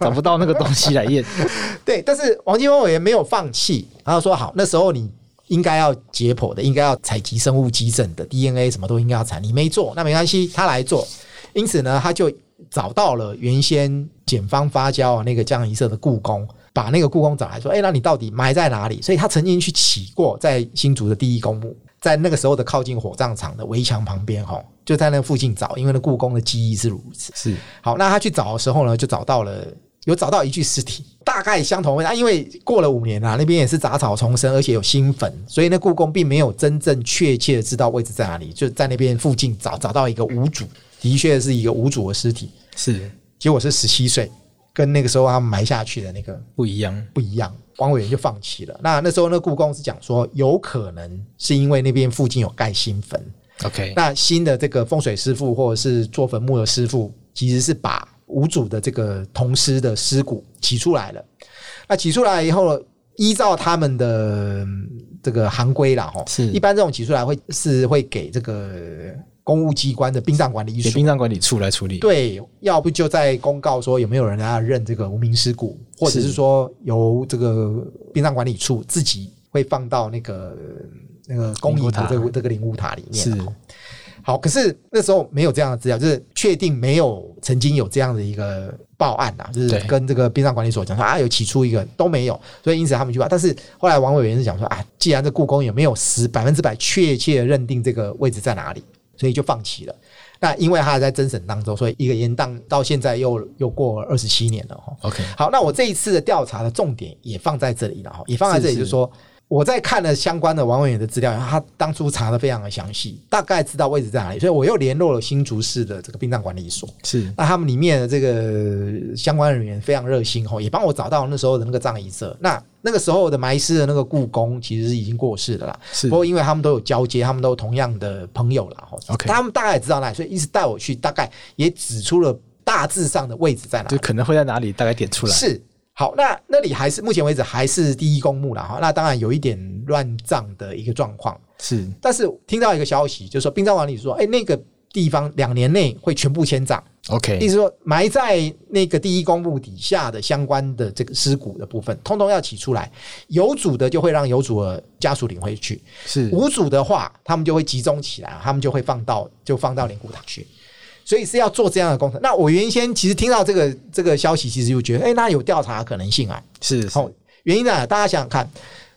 找不到那个东西来验， 对，但是王金峰委员没有放弃，然后说好，那时候你应该要解剖的，应该要采集生物基证的 DNA，什么都应该要采，你没做，那没关系，他来做。因此呢，他就找到了原先检方发交啊那个江一社的故宫，把那个故宫找来说，哎、那你到底埋在哪里？所以他曾经去起过在新竹的第一公墓，在那个时候的靠近火葬场的围墙旁边，吼，就在那附近找，因为那故宫的记忆是如此。 是好，那他去找的时候呢，就找到了，有找到一具尸体，大概相同味道。因为过了五年啦、那边也是杂草丛生，而且有新坟，所以那故宫并没有真正确切的知道位置在哪里，就在那边附近找找到一个无主，的确是一个无主的尸体，是结果是十七岁，跟那个时候他们埋下去的那个不一样，不一样，王委员就放弃了。那那时候那故宫是讲说，有可能是因为那边附近有盖新坟， OK，那新的这个风水师傅或者是做坟墓的师傅，其实是把五祖的这个同师的尸骨起出来了。那起出来以后，依照他们的嗯这个行规啦，吼，是一般这种起出来会是会给这个公务机关的殡葬管理给署。殡葬管理处来处理，对，要不就在公告说有没有人要认这个无名尸骨，或者是是说由这个殡葬管理处自己会放到那个那个公灵营骨的塔这个这个灵物塔里面。是好，可是那时候没有这样的资料，就是确定没有曾经有这样的一个报案啊，就是对跟这个殡葬管理所讲说啊，有起初一个都没有，所以因此他们就把。但是后来王委员是讲说啊，既然这故宫也没有十百分之百确切地认定这个位置在哪里，所以就放弃了。那因为他还在侦审当中，所以一个延宕到现在又又过二十七年了哈。 OK 好，那我这一次的调查的重点也放在这里了哈，也放在这里，是就是说我在看了相关的王委员的资料，他当初查的非常的详细，大概知道位置在哪里，所以我又联络了新竹市的这个殡葬管理所，是那他们里面的这个相关人员非常热心哦吼，也帮我找到那时候的那个葬仪社。那那个时候的埋尸的那个故宫其实是已经过世的啦，是不过因为他们都有交接，他们都有同样的朋友啦，吼哦 OK 他们大概也知道那里，所以一直带我去，大概也指出了大致上的位置在哪就里。可能会在哪里大概点出来，是。好，那那里还是目前为止还是第一公墓啦，哈，那当然有一点乱葬的一个状况，是但是听到一个消息，就是说殡葬管理说，哎、那个地方两年内会全部迁葬，意 OK，思说埋在那个第一公墓底下的相关的这个尸骨的部分，通通要起出来。有主的就会让有主的家属领回去，是无主的话，他们就会集中起来，他们就会放到就放到灵骨塔去。所以是要做这样的工程。那我原先其实听到这个这个消息，其实就觉得，哎、那有调查可能性啊。是是好、原因呢？大家想想看，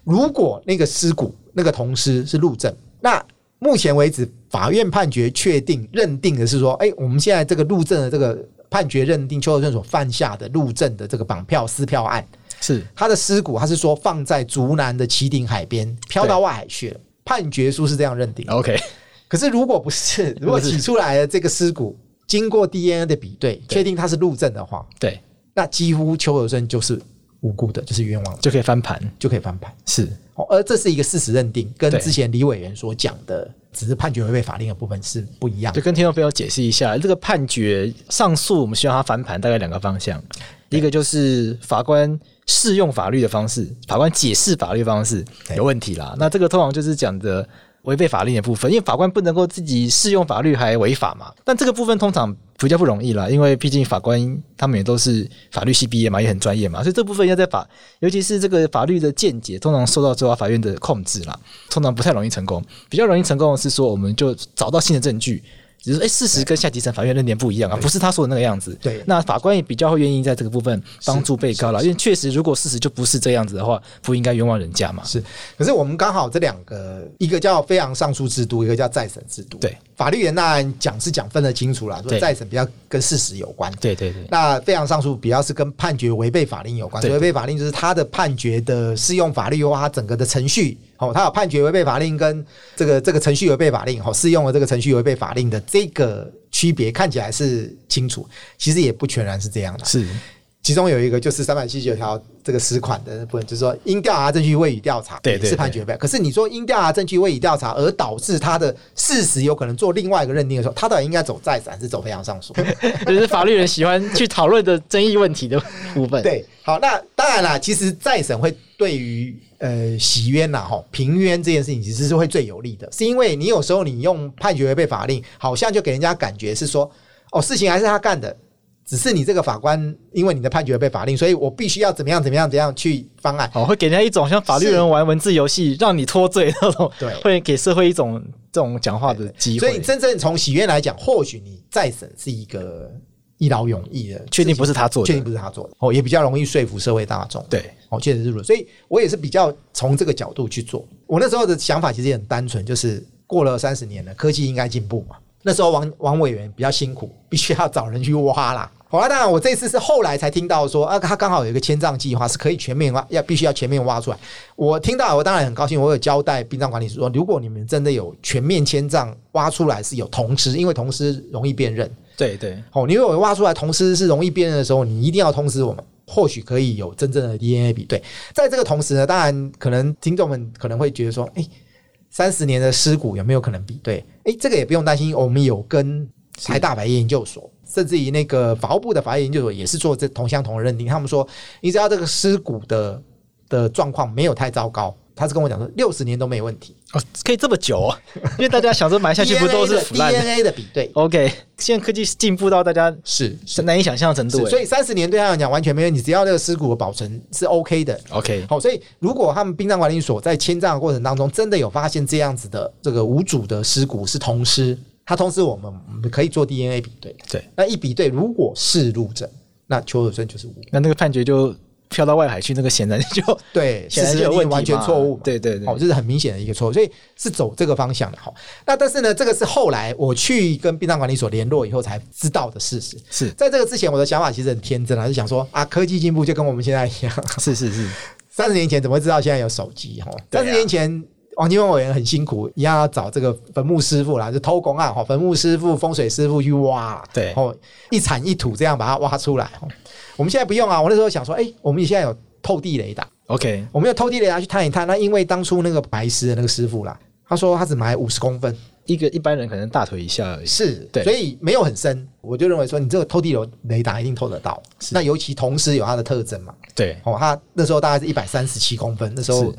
如果那个尸骨、那个铜尸是路政，那目前为止，法院判决确定认定的是说，哎、我们现在这个路政的这个判决认定，邱和顺所犯下的路政的这个绑票撕票案，是他的尸骨他是说放在竹南的旗顶海边，飘到外海去了。判决书是这样认定， OK，可是如果不是，如果果是起出来的这个尸骨经过 DNA 的比对，对确定它是路政的话，对，那几乎邱和顺就是无辜的，就是冤枉的，就可以翻盘，就可以翻盘。是哦，而这是一个事实认定，跟对之前李委员所讲的只是判决违背法令的部分是不一样就的。跟听众朋友解释一下，这个判决上诉，我们希望它翻盘，大概两个方向，一个就是法官适用法律的方式，法官解释法律方式对有问题啦。那这个通常就是讲的违背法令的部分，因为法官不能够自己适用法律还违法嘛。但这个部分通常比较不容易啦，因为毕竟法官他们也都是法律系毕业嘛，也很专业嘛，所以这部分要在法，尤其是这个法律的见解，通常受到最高法院的控制啦，通常不太容易成功。比较容易成功的是说，我们就找到新的证据。只是哎，事实跟下级审法院认定不一样啊，不是他说的那个样子。对那法官也比较会愿意在这个部分帮助被告了，因为确实如果事实就不是这样子的话，不应该冤枉人家嘛。是，可是我们刚好这两个，一个叫非常上诉制度，一个叫再审制度。对，法律人当然讲是讲分得清楚啦，说对再审比较跟事实有关。对对对，那非常上诉比较是跟判决违背法令有关，对违背法令就是他的判决的适用法律或他整个的程序，哦，他有判决违背法令跟这个这个程序违背法令，哦，适用了这个程序违背法令的这个区别看起来是清楚，其实也不全然是这样的。是 其中有一个就是三百七十九条这个实款的部分，就是说因调查证据未予调查，对对也是判对决呗。可是你说因调查证据未予调查而导致他的事实有可能做另外一个认定的时候，他到底应该走再审还是走非常上 诉？就是法律人喜欢去讨论的争议问题的部分。对，好，那当然啦，其实再审会对于呃洗冤呐、吼平冤这件事情其实是会最有利的，是因为你有时候你用判决违背法令，好像就给人家感觉是说，哦，事情还是他干的。只是你这个法官，因为你的判决违背法令，所以我必须要怎么样怎么样怎么样去方案。哦，会给人家一种像法律人玩文字游戏，让你脱罪那种，对会给社会一种这种讲话的机所以会。真正从洗冤来讲，或许你再审是一个一劳永逸的事情，确定不是他做的确定不是他做的，哦，也比较容易说服社会大众。对，哦，确实是如此。所以我也是比较从这个角度去做。我那时候的想法其实也很单纯，就是过了三十年了，科技应该进步嘛。那时候王王委员比较辛苦，必须要找人去挖啦。好啊啦，当然我这次是后来才听到说，啊，他刚好有一个迁葬计划是可以全面挖，要必须要全面挖出来。我听到我当然很高兴，我有交代殡葬管理师说，如果你们真的有全面迁葬挖出来是有同尸，因为同尸容易辨认，对对，哦，你如果挖出来同时是容易辨认的时候，你一定要通知我们，或许可以有真正的 DNA 比对。在这个同时呢，当然可能听众们可能会觉得说，哎、三十年的尸骨有没有可能比对？哎、这个也不用担心，我们有跟台大法医研究所，甚至于那个法务部的法医研究所也是做这同相同的认定。他们说，你只要这个尸骨的的状况没有太糟糕，他是跟我讲说六十年都没问题。哦，可以这么久、 哦，因为大家想说埋下去不都是腐烂 DNA 的 DNA 的的比对？ ？OK，现在科技进步到大家是是难以想象的程度是，欸，所以三十年对他来讲完全没问题，只要那个尸骨的保存是 OK 的。 OK 好，所以如果他们殡葬管理所在迁葬的过程当中，真的有发现这样子的这个无主的尸骨是同尸，他通知我们，我们可以做 DNA 比对。对，那一比对，如果是入证，那邱尔顺就是无。那那个判决就飘到外海去，那个显然就 对，事显然实就有认问定题完全嘛错误嘛。对对对哦，这是很明显的一个错误，所以是走这个方向的。好，那但是呢，这个是后来我去跟殡葬管理所联络以后才知道的事实。是在这个之前，我的想法其实很天真啊，就想说啊，科技进步就跟我们现在一样。 是是是，三十年前怎么会知道现在有手机？哈，对啊三十年前。王金凤委员很辛苦，一样要找这个坟墓师傅啦，就偷工啊，哈，坟墓师傅、风水师傅去挖啦，对哦，一铲一土这样把它挖出来。哦，我们现在不用啊，我那时候想说，哎、我们现在有透地雷达， OK，我们要偷地雷达去探一探。那因为当初那个白石的那个师傅啦，他说他只埋五十公分，一个一般人可能大腿以下而已。是，对所以没有很深。我就认为说，你这个偷地雷雷达一定偷得到。那尤其同时有它的特征嘛，对哦，他那时候大概是一百三十七公分，那时候是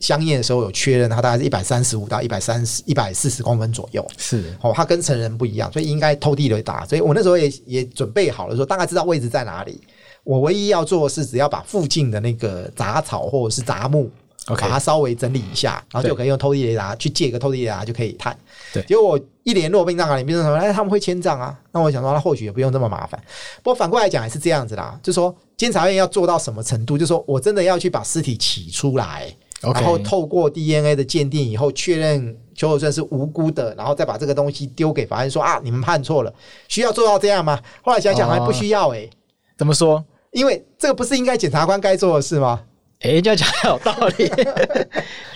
相验的时候有确认，它大概是一百三十五到一百三十、一百四十公分左右。是哦，它跟成人不一样，所以应该偷地雷打。所以我那时候也也准备好了，说大概知道位置在哪里。我唯一要做的是，只要把附近的那个杂草或者是杂木 OK 把它稍微整理一下，然后就对可以用偷地雷达去借个偷地雷达就可以探。对结果我一联络殡葬行里面说，哎，他们会签账啊。那我想说，那或许也不用这么麻烦。不过反过来讲也是这样子啦，就说监察院要做到什么程度，就说我真的要去把尸体起出来。 OK，然后透过 DNA 的鉴定以后，确认邱有顺是无辜的，然后再把这个东西丢给法院说啊，你们判错了，需要做到这样吗？后来想想还哦不需要诶、欸怎么说？因为这个不是应该检察官该做的事吗？哎，这样讲有道 理。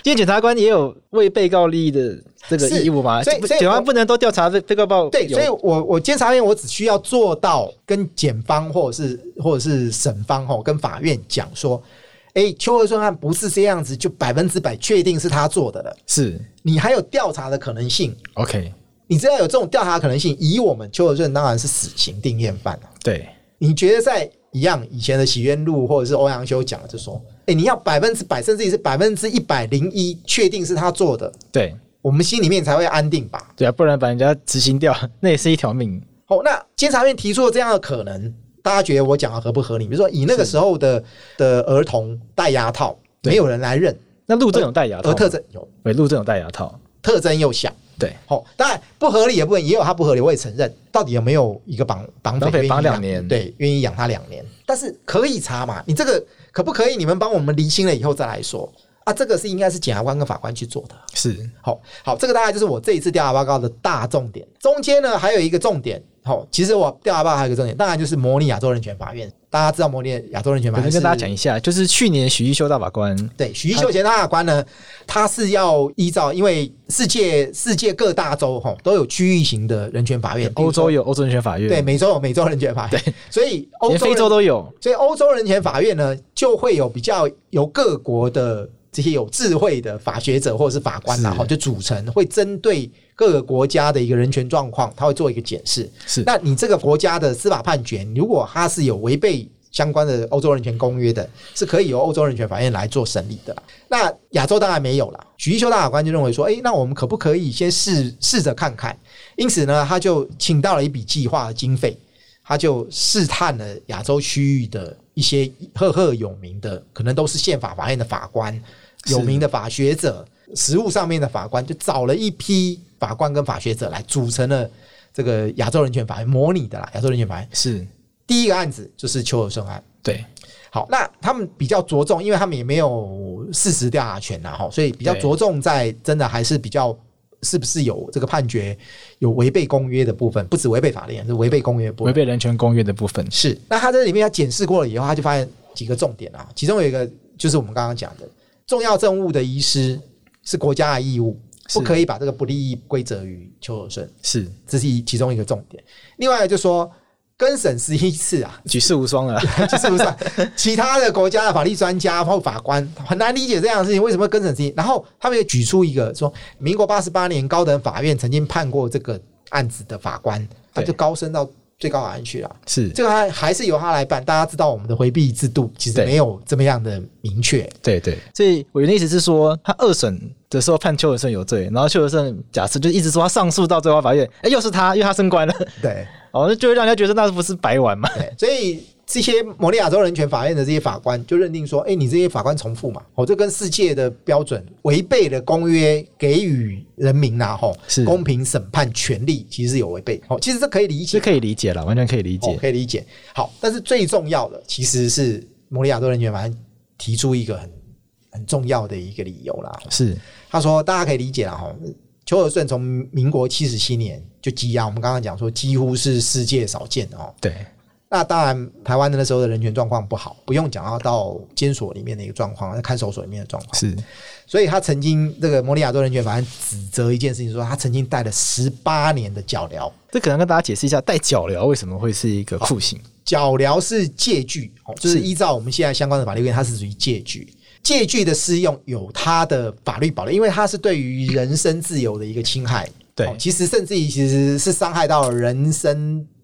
因为检察官也有为被告利益的这个是义务嘛，所以不所以检察我官不能都调查被被告报对，有所以我我监察院我只需要做到跟检方或者是或者是审方吼跟法院讲说，诶，邱和顺案不是这样子，就百分之百确定是他做的了，是你还有调查的可能性。 OK，你知道有这种调查的可能性，以我们邱和顺当然是死刑定验犯啊对，你觉得在一样以前的洗冤录或者是欧阳修讲的，就说，哎、你要百分之百，甚至于是百分之一百零一确定是他做的，对我们心里面才会安定吧？对啊，不然把人家执行掉，那也是一条命。哦，那监察院提出了这样的可能，大家觉得我讲的合不合理？比如说，以那个时候的的儿童戴牙套，对没有人来认，那陆正有戴牙套而吗，特征有对陆正有戴牙套，特征又小。对，哦，当然不合理也不能，也有他不合理，我也承认。到底有没有一个绑绑绑匪匪愿意绑两养年对，愿意养他两年？但是可以查嘛？你这个可不可以？你们帮我们厘清了以后再来说啊？这个是应该是检察官跟法官去做的。是好、好，这个大概就是我这一次调查报告的大重点。中间呢还有一个重点，好、其实我调查报告还有一个重点，当然就是模拟亚洲人权法院。大家知道模拟亚洲人权我法院先是跟大家讲一下，就是去年许一修大法官对，许秀贤大法官呢，他是要依照，因为世界世界各大洲吼都有区域型的人权法院，欧洲有欧洲人权法院，对，美洲有美洲人权法院，所以欧连洲非洲人都有，所以欧洲人权法院呢，就会有比较由各国的这些有智慧的法学者或者是法官然是后就组成，会针对各个国家的一个人权状况，他会做一个检视。是那你这个国家的司法判决，如果它是有违背相关的欧洲人权公约的，是可以由欧洲人权法院来做审理的啦。那亚洲当然没有啦。许一修大法官就认为说，哎诶，那我们可不可以先试试着看看？因此呢，他就请到了一笔计划的经费，他就试探了亚洲区域的一些赫赫有名的，可能都是宪法法院的法官、是有名的法学者、实务上面的法官，就找了一批法官跟法学者来组成了这个亚洲人权法院模拟的啦。亚洲人权法院是第一个案子就是邱尔顺案。对好，那他们比较着重，因为他们也没有事实调查权呐，哈，所以比较对着重在真的还是比较是不是有这个判决有违背公约的部分，不止违背法令，是违背公约的部违分。背人权公约的部分，是，那他在里面他检视过了以后，他就发现几个重点啊，其中有一个就是我们刚刚讲的，重要政务的遗失是国家的义务，是不可以把这个不利益归责于邱尔顺，是这是一其中一个重点。另外就说跟审十一次啊， 举世无双了。就是不是？其他的国家的法律专家或法官很难理解这样的事情，为什么跟审事情？然后他们也举出一个说，民国八十八年高等法院曾经判过这个案子的法官，他对就高升到最高法院去了。是这个还还是由他来办。大家知道我们的回避制度其实对没有这么样的明确，对对，所以我的意思是说，他二审的时候判邱永胜有罪，然后邱永胜假设就一直说他上诉到最高法院，哎，又是他，因为他升官了，对哦，那就会让人家觉得那不是白玩嘛？对，所以。这些摩利亚州人权法院的这些法官就认定说，哎、你这些法官重复嘛，哦，这跟世界的标准违背了公约给予人民呐、啊，吼、是公平审判权利，其实是有违背。哦，其实这可以理这解，可以理解了，完全可以理哦解，。可以理解。好，但是最重要的其实是摩利亚州人权法院提出一个很很重要的一个理由啦，吼是他说大家可以理解了哈，邱尔顺从民国七十七年就羁押，我们刚刚讲说几乎是世界少见的哦。对，那当然，台湾的那时候的人权状况不好，不用讲到到监所里面的一个状况，看守所里面的状况。是所以他曾经这个摩里亚州人权法院指责一件事情说他曾经带了十八年的脚镣，这可能跟大家解释一下，带脚镣为什么会是一个酷哦刑？脚镣是借据，哦，就是是依照我们现在相关的法律规定，它是属于借据。借据的适用有它的法律保障，因为它是对于人身自由的一个侵害。对哦其实甚至于其实是伤害到了人身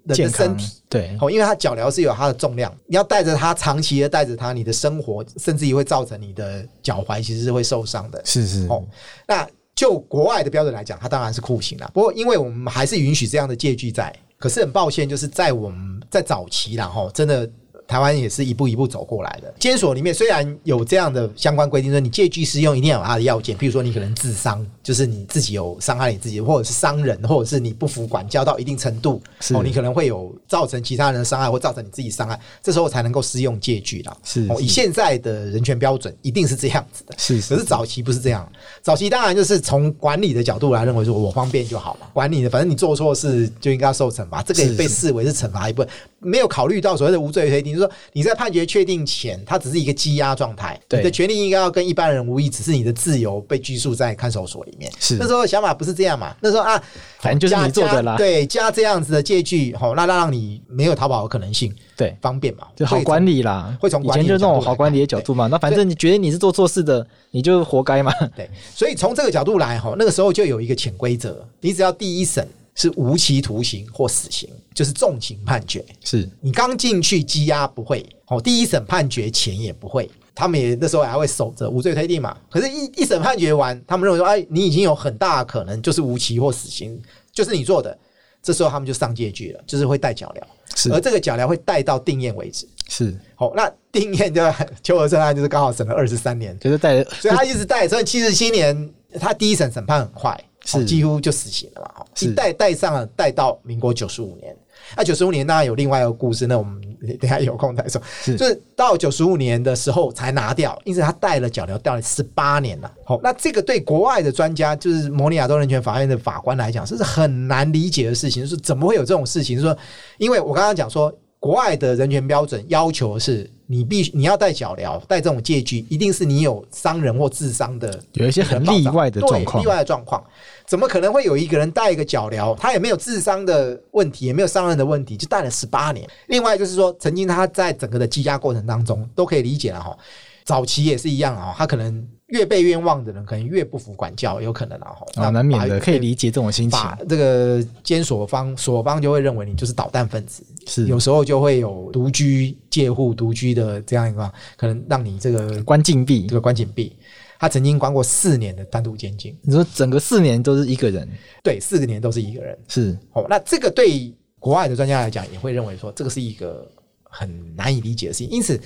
人的健康嗯身体。对，哦，因为它脚镣是有它的重量，你要带着它，长期的带着它，你的生活甚至于会造成你的脚踝其实是会受伤的。是是哦，那就国外的标准来讲，它当然是酷刑啦。不过，因为我们还是允许这样的借据在，可是很抱歉，就是在我们在早期啦，吼，真的。台湾也是一步一步走过来的。监所里面虽然有这样的相关规定，说你借据适用一定要有它的要件，譬如说你可能自伤，就是你自己有伤害你自己，或者是伤人，或者是你不服管教到一定程度，是哦，你可能会有造成其他人的伤害，或造成你自己伤害，这时候才能够适用借据啦。是哦，以是现在的人权标准一定是这样子的。是可是早期不是这样，早期当然就是从管理的角度来认为说我方便就好嘛，管理的反正你做错事就应该受惩罚，这个也是被是视为是惩罚一部分，没有考虑到所谓的无罪推定，就是说你在判决确定前，它只是一个羁押状态，对你的权利应该要跟一般人无异，只是你的自由被拘束在看守所里面。是那时候想法不是这样嘛，那时候啊，反正就是你做的加啦加对，加这样子的借据，吼、那那让你没有逃跑的可能性，对，方便嘛，就好会管理啦，会从以管理前就的那角种度好来管理的看角对度嘛，那反正你觉得你是做错事的，你就活该嘛。对，所以从这个角度来哈，那个时候就有一个潜规则，你只要第一审是无期徒刑或死刑，就是重刑判决。是你刚进去羁押不会，哦，第一审判决前也不会。他们也那时候还会守着无罪推定嘛，可是一，一审判决完，他们认为说，哎，你已经有很大的可能就是无期或死刑，就是你做的。这时候他们就上戒具了，就是会带脚是镣，而这个脚镣会带到定验为止。是，好、那定验就 邱和胜案就是刚好审了二十三年，就是带所以他一直带，所以七十七年他第一审审判很快，是哦几乎就死刑了嘛，哦是一带带上了，带到民国九十五年。那九十五年当然有另外一个故事，那我们等一下有空再说。是就是到九十五年的时候才拿掉，因此他带了脚镣带了十八年了。好、那这个对国外的专家，就是摩尼亚州人权法院的法官来讲，这是很难理解的事情。就是怎么会有这种事情？就是说，因为我刚刚讲说，国外的人权标准要求是你必须你要带脚镣，带这种戒具，一定是你有伤人或致伤的有一些很例外的状对况例外的状况，怎么可能会有一个人带一个脚镣，他也没有智商的问题，也没有伤人的问题，就带了十八年？另外就是说，曾经他在整个的羁押过程当中，都可以理解了哈。早期也是一样啊，他可能越被冤枉的人，可能越不服管教，有可能啊。啊，那难免法的，院可以理解这种心情。法这个监所方所方就会认为你就是捣蛋分子，是有时候就会有独居借户、独居的这样一个，可能让你这个关禁闭这，个关禁闭。他曾经关过四年的单独监禁，你说整个四年都是一个人，对，四个年都是一个人。是哦，那这个对国外的专家来讲，也会认为说这个是一个很难以理解的事情。因此，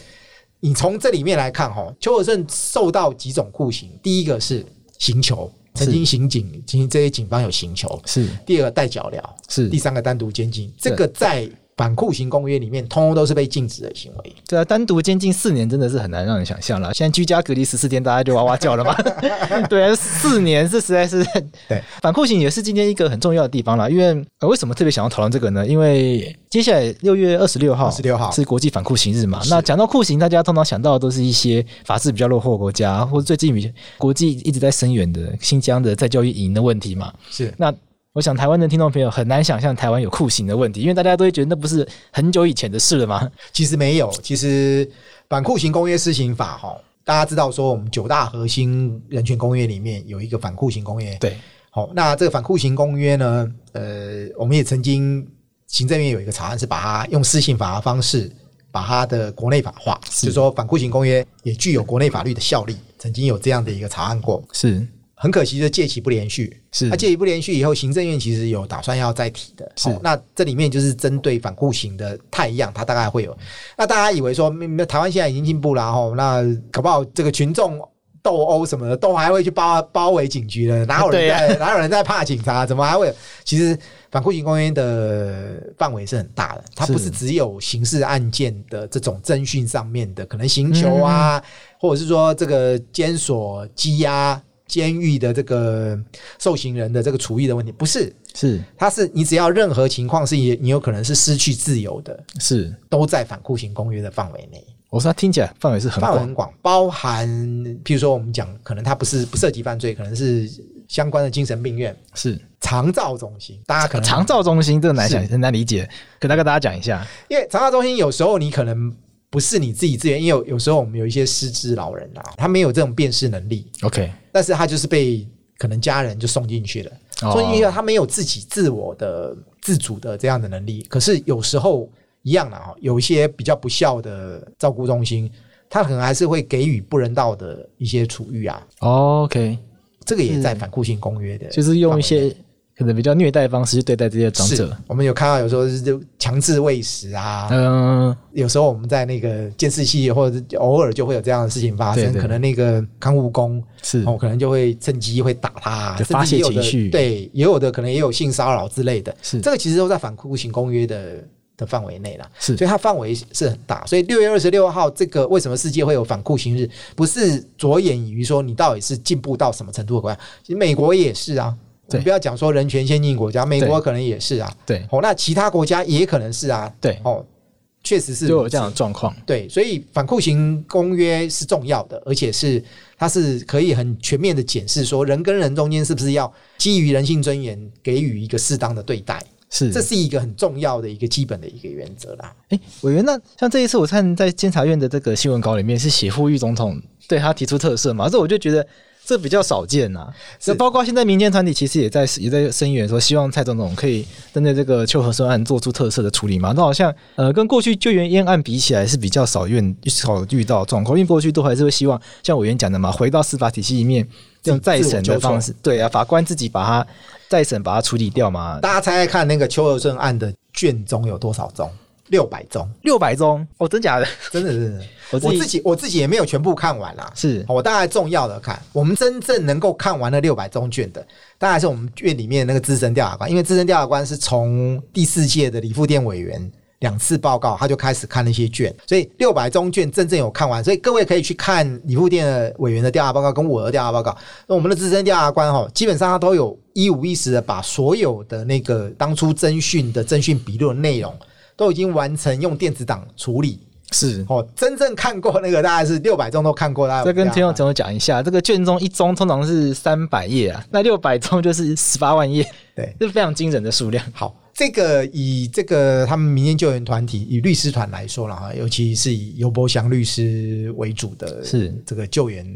你从这里面来看，哈，邱尔胜受到几种酷刑，第一个是刑求，曾经刑警，其实这些警方有刑求；是第二个带脚镣，是第，三个单独监禁，这个在反酷刑公约里面，通通都是被禁止的行为。对啊，单独监禁四年真的是很难让人想象了。现在居家隔离十四天，大家就哇哇叫了嘛。 对啊，四年这实在是对反酷刑也是今天一个很重要的地方啦。因为、呃、为什么特别想要讨论这个呢？因为接下来六月二十六号， 26号是国际反酷刑日嘛。是那讲到酷刑，大家通常想到的都是一些法治比较落后的国家，或者最近比国际一直在深远的新疆的在教育营的问题嘛。是那我想台湾的听众朋友很难想象台湾有酷刑的问题，因为大家都会觉得那不是很久以前的事了吗？其实没有，其实反酷刑公约施行法哈，大家知道说我们九大核心人权公约里面有一个反酷刑公约。对，好，那这个反酷刑公约呢，呃，我们也曾经行政院有一个草案是把它用施行法的方式。把它的国内法化，就是说反酷刑公约也具有国内法律的效力，曾经有这样的一个草案过。是很可惜，就借期不连续。啊是那借期不连续以后，行政院其实有打算要再提的。哦是那这里面就是针对反酷刑的太阳，它大概会有。那大家以为说，嗯台湾现在已经进步了吼，那搞不好这个群众斗殴什么的，都还会去包包围警局了，哪有对人啊在、哪有人在怕警察？怎么还会有？其实反酷刑公约的范围是很大的，它是不是只有刑事案件的这种侦讯上面的，可能刑求啊，嗯或者是说这个监所羁押。监狱的这个受刑人的这个处遇的问题，不是，是它是你只要任何情况是你你有可能是失去自由的，是，都在反酷刑公约的范围内。我说它听起来范围是很范围广很，广，包含譬如说我们讲，可能它不是不涉及犯罪，可能是相关的精神病院、是长照中心，大家可能长照中心这个难想是很难理解，可大概大家讲一下，因为长照中心有时候你可能不是你自己自愿，因为有有时候我们有一些失智老人啊，他没有这种辨识能力， OK，但是他就是被可能家人就送进去了，哦送进去了，他没有自己自我的自主的这样的能力。可是有时候一样的啊，有一些比较不孝的照顾中心，他可能还是会给予不人道的一些处遇啊，哦，OK，这个也在嗯反酷刑公约的范围内，就是用一些可能比较虐待的方式去对待这些长是者。我们有看到有时候是就强制喂食啊，嗯，有时候我们在那个监视器或者是偶尔就会有这样的事情发生，对对可能那个看护工是哦，可能就会趁机会打他啊，就甚至发泄也有的情绪对，也有的可能也有性骚扰之类的，是这个其实都在反酷刑公约的的范围内啦，是所以它范围是很大。所以六月二十六号这个为什么世界会有反酷刑日，不是着眼于说你到底是进步到什么程度的国家，其实美国也是啊。我对们不要讲说人权先进国家，美国对可能也是啊。对哦，那其他国家也可能是啊。对，哦，确实是就有如这样此的状况。对，所以反酷刑公约是重要的，而且是它是可以很全面的检视说人跟人中间是不是要基于人性尊严给予一个适当的对待，是这是一个很重要的一个基本的一个原则啦。哎，委员，那像这一次我看在监察院的这个新闻稿里面是写呼吁总统对他提出特赦嘛，这我就觉得这比较少见呐、那是包括现在民间团体其实也在也在声援说，希望蔡总统可以针对这个邱和顺案做出特赦的处理嘛。那好像呃跟过去救援烟案比起来是比较少遇少遇到状况，因为过去都还是会希望像委员讲的嘛，回到司法体系里面。用再审的方式，对啊，法官自己把它再审，把它处理掉嘛。大家猜猜看，那个邱尔顺案的卷宗有多少宗？六百宗，六百宗哦，真假的？真的是 我我自己自己我自己也没有全部看完啊啦。是我大概重要的看，我们真正能够看完那六百宗卷的，当然是我们院里面的那个资深调查官，因为资深调查官是从第四届的李富店委员两次报告，他就开始看那些卷，所以六百宗卷真正有看完，所以各位可以去看李富店的委员的调查报告跟我的调查报告。那我们的资深调查官哈，基本上他都有一五一十的把所有的那个当初侦讯的侦讯笔录的内容都已经完成用电子档处理。是，哦，真正看过那个大概是六百宗都看过，大概再跟有这听样众朋友讲一下，这个卷宗一宗通常是三百页啊， 那六百宗就是十八万页， 对，这是非常惊人的数量。好，这个以这个他们民间救援团体以律师团来说了哈，尤其是以尤伯祥律师为主的是这个救援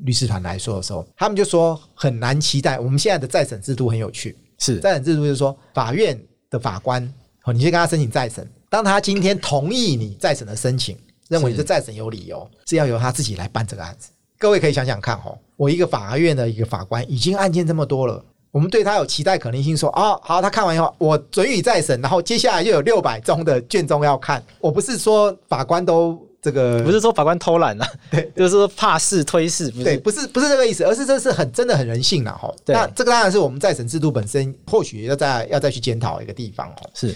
律师团来说的时候，他们就说很难期待我们现在的再审制度很有趣，是再审制度就是说法院的法官哦，你去跟他申请再审，当他今天同意你再审的申请，认为你是这再审有理由，是要由他自己来办这个案子。各位可以想想看哦，我一个法院的一个法官，已经案件这么多了。我们对他有期待可能性说，哦，好，他看完以后，我准予再审，然后接下来又有六百宗的卷宗要看。我不是说法官都这个不是说法官偷懒啊，对，就是说怕事推事，不对，是不是不是这个意思，而是这是很真的很人性了哈。对那这个当然是我们再审制度本身或许要再要再去检讨的一个地方哦。是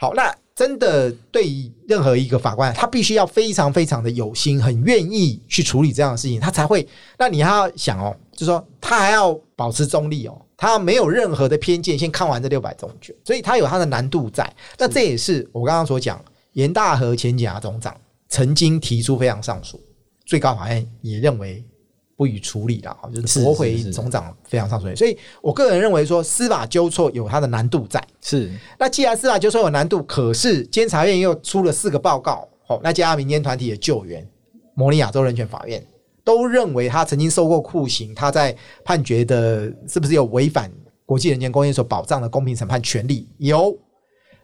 好，那真的对于任何一个法官，他必须要非常非常的有心，很愿意去处理这样的事情，他才会。那你还要想哦，就是说他还要保持中立哦，他没有任何的偏见，先看完这六百宗卷，所以他有他的难度在。那这也是我刚刚所讲，严大和前检察总长曾经提出非常上诉，最高法院也认为。不予处理了，就是是驳回是是总长非常上诉，所以我个人认为说司法纠错有它的难度在，是那既然司法纠纷有难度，可是监察院又出了四个报告，哦，那加上民间团体的救援，摩尼亚州人权法院都认为他曾经受过酷刑，他在判决的是不是有违反国际人权公约所保障的公平审判权利？有。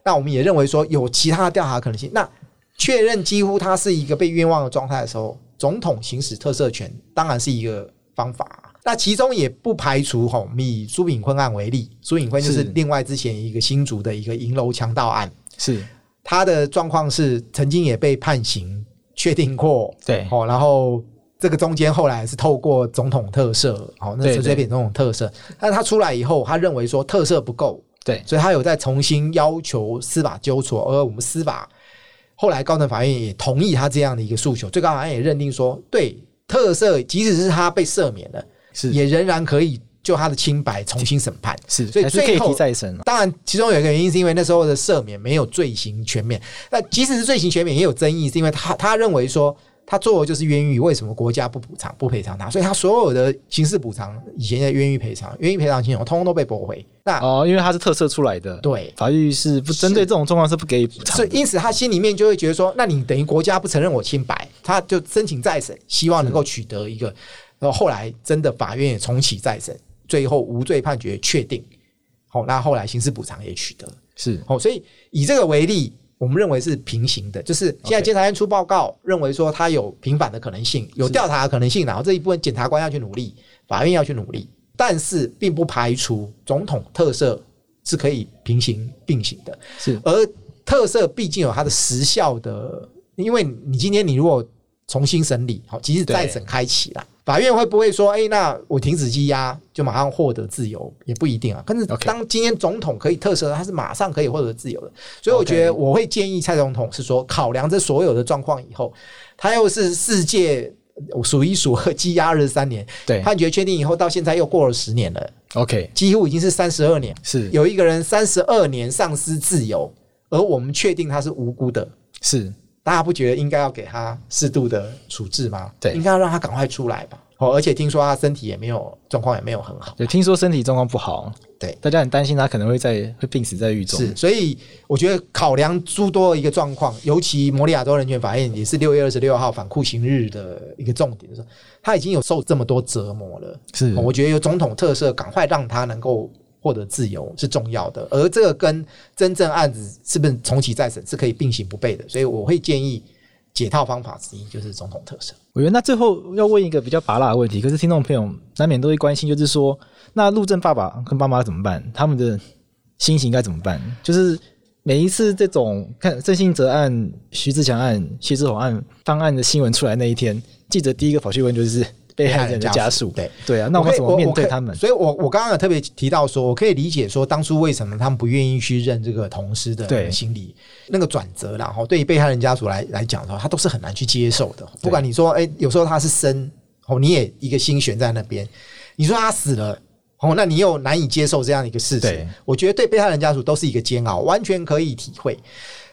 那我们也认为说有其他的调查可能性。那确认几乎他是一个被冤枉的状态的时候，总统行使特赦权当然是一个方法。那其中也不排除吼，我们以苏炳坤案为例，苏炳坤就是是另外之前一个新竹的一个银楼强盗案，是，他的状况是曾经也被判刑确定过，对哦，然后这个中间后来是透过总统特赦，哦，那陈对水对扁总统特赦，但他出来以后，他认为说特赦不够，对所以他有在重新要求司法纠错，而我们司法后来高等法院也同意他这样的一个诉求，最高法院也认定说，对特赦，即使是他被赦免了，是也仍然可以就他的清白重新审判。是，所以还是可以最后提再审啊。当然，其中有一个原因是因为那时候的赦免没有罪行全免。那即使是罪行全免，也有争议，是因为他他认为说他做的就是冤狱，为什么国家不补偿不赔偿他？所以他所有的刑事补偿以前的冤狱赔偿、冤狱赔偿金额，通通都被驳回。那、哦，因为他是特赦出来的，对法律是不针对这种状况是不给予补偿所以的，因此他心里面就会觉得说，那你等于国家不承认我清白，他就申请再审，希望能够取得一个。然后后来真的法院也重启再审，最后无罪判决确定。好，那后来刑事补偿也取得。是哦，所以以这个为例，我们认为是平行的，就是现在 OK 监察院出报告，认为说它有平反的可能性，有调查的可能性，然后这一部分检察官要去努力，法院要去努力，但是并不排除总统特赦是可以平行并行的，是而特色毕竟有它的时效的，因为你今天你如果重新审理，好，即使再审开启啦，法院会不会说，哎、那我停止羁押就马上获得自由，也不一定啊。但是 OK 当今天总统可以特赦，他是马上可以获得自由的，所以我 OK 觉得我会建议蔡总统是说，考量这所有的状况以后，他又是世界。数一数二，羁押二十三年，对判决确定以后，到现在又过了十年了， OK 几乎已经是三十二年，是有一个人三十二年丧失自由，而我们确定他是无辜的，是大家不觉得应该要给他适度的处置吗？对应该要让他赶快出来吧。哦，而且听说他身体也没有状况，也没有很好。对，听说身体状况不好，对大家很担心他可能会在会病死在狱中。是，所以我觉得考量诸多一个状况，尤其摩里亚州人权法院也是六月二十六号反酷刑日的一个重点，就是说他已经有受这么多折磨了，是哦我觉得有总统特赦，赶快让他能够获得自由是重要的，而这个跟真正案子是不是重启再审是可以并行不悖的，所以我会建议解套方法之一就是总统特赦。我觉得那最后要问一个比较拔辣的问题，可是听众朋友难免都会关心，就是说，那陆政爸爸跟爸妈怎么办？他们的心情该怎么办？就是每一次这种看郑信哲案、徐志强案、谢志宏案方案的新闻出来那一天，记者第一个跑去问就是被害人的家属，对对啊，那我们可以怎么面对可以他们？所以我我刚刚有特别提到说，我可以理解说当初为什么他们不愿意去认这个同事对的心理那个转折啦，然后对于被害人家属来来讲的话，他都是很难去接受的。不管你说，哎、有时候他是生哦，你也一个心悬在那边，你说他死了。哦，那你又难以接受这样一个事对情，我觉得对被害人家属都是一个煎熬，完全可以体会。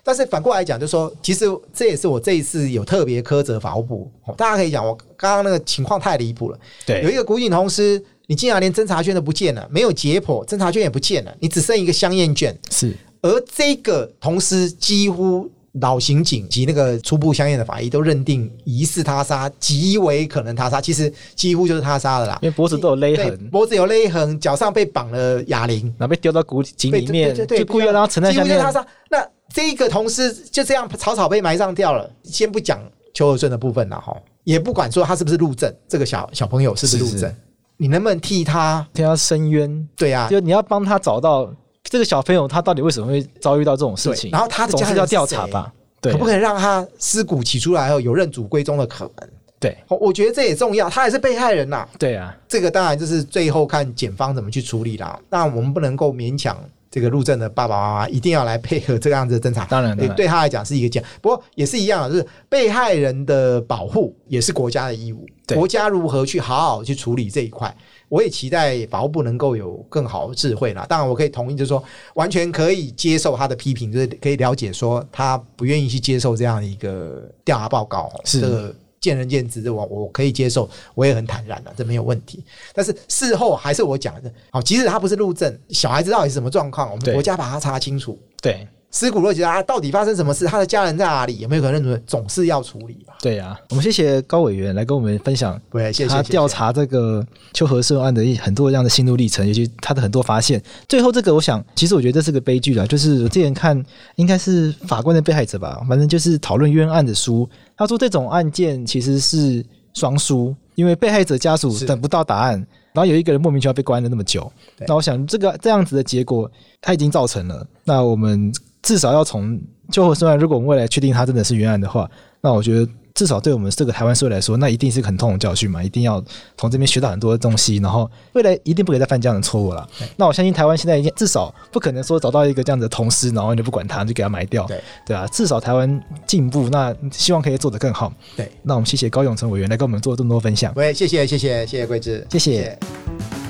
但是反过来讲，就说其实这也是我这一次有特别苛责法务部，哦大家可以讲我刚刚那个情况太离谱了，有一对，个古井同师，你竟然连侦查券都不见了，没有解剖，侦查券也不见了，你只剩一个香验卷。是而这个同师几乎老刑警及那个初步相验的法医都认定疑似他杀，极为可能他杀，其实几乎就是他杀的啦因。为脖子都有勒对，痕，脖子有勒痕，脚上被绑了哑铃，然后被丢到谷井对里面，对对对就故意要让他沉在下几乎就面是他。杀。那这个同事就这样草草被埋葬掉了。先不讲邱和顺的部分了哈，也不管说他是不是路政，这个小小朋友是不是路是政，是你能不能替他？听到深渊，对啊，就你要帮他找到这个小朋友他到底为什么会遭遇到这种事情，对然后他的总家是人要是调查谁吧？对，啊可不可以让他尸骨起出来后有认祖归宗的可能？对我我觉得这也重要，他也是被害人呐、对啊，这个当然就是最后看检方怎么去处理啦。那我们不能够勉强这个陆政的爸爸妈妈一定要来配合这样子的侦查，当然当然对他来讲是一个这样。不过也是一样啊，就是被害人的保护也是国家的义务，对国家如何去好好去处理这一块。我也期待法务部能够有更好的智慧啦。当然，我可以同意，就是说完全可以接受他的批评，就是可以了解说他不愿意去接受这样的一个调查报告，哦是这个见仁见智，这我我可以接受，我也很坦然啊了、这没有问题。但是事后还是我讲的，好，即使他不是路政，小孩子到底是什么状况，我们对国家把他查清楚。对尸骨若解啊，到底发生什么事？他的家人在哪里？有没有可能认准？总是要处理吧。对啊。我们谢谢高委员来跟我们分享对，哎谢谢。他谢谢调查这个邱和顺案的一很多这样的心路历程，以及他的很多发现。最后这个，我想，其实我觉得这是个悲剧啦。就是我之前看，应该是法官的被害者吧，反正就是讨论冤案的书，他说这种案件其实是双输，因为被害者家属是等不到答案，然后有一个人莫名其妙被关了那么久。对那我想，这个这样子的结果，它已经造成了。那我们至少要从救火虽然，如果我们未来确定他真的是冤案的话，那我觉得至少对我们这个台湾社会来说，那一定是很痛的教训嘛，一定要从这边学到很多的东西，然后未来一定不可以再犯这样的错误了。那我相信台湾现在已经至少不可能说找到一个这样的同事，然后你就不管他，就给他埋掉，对对啊，至少台湾进步，那希望可以做得更好。对，那我们谢谢高永成委员来跟我们做这么多分享。喂，谢谢谢谢谢谢桂枝，谢谢谢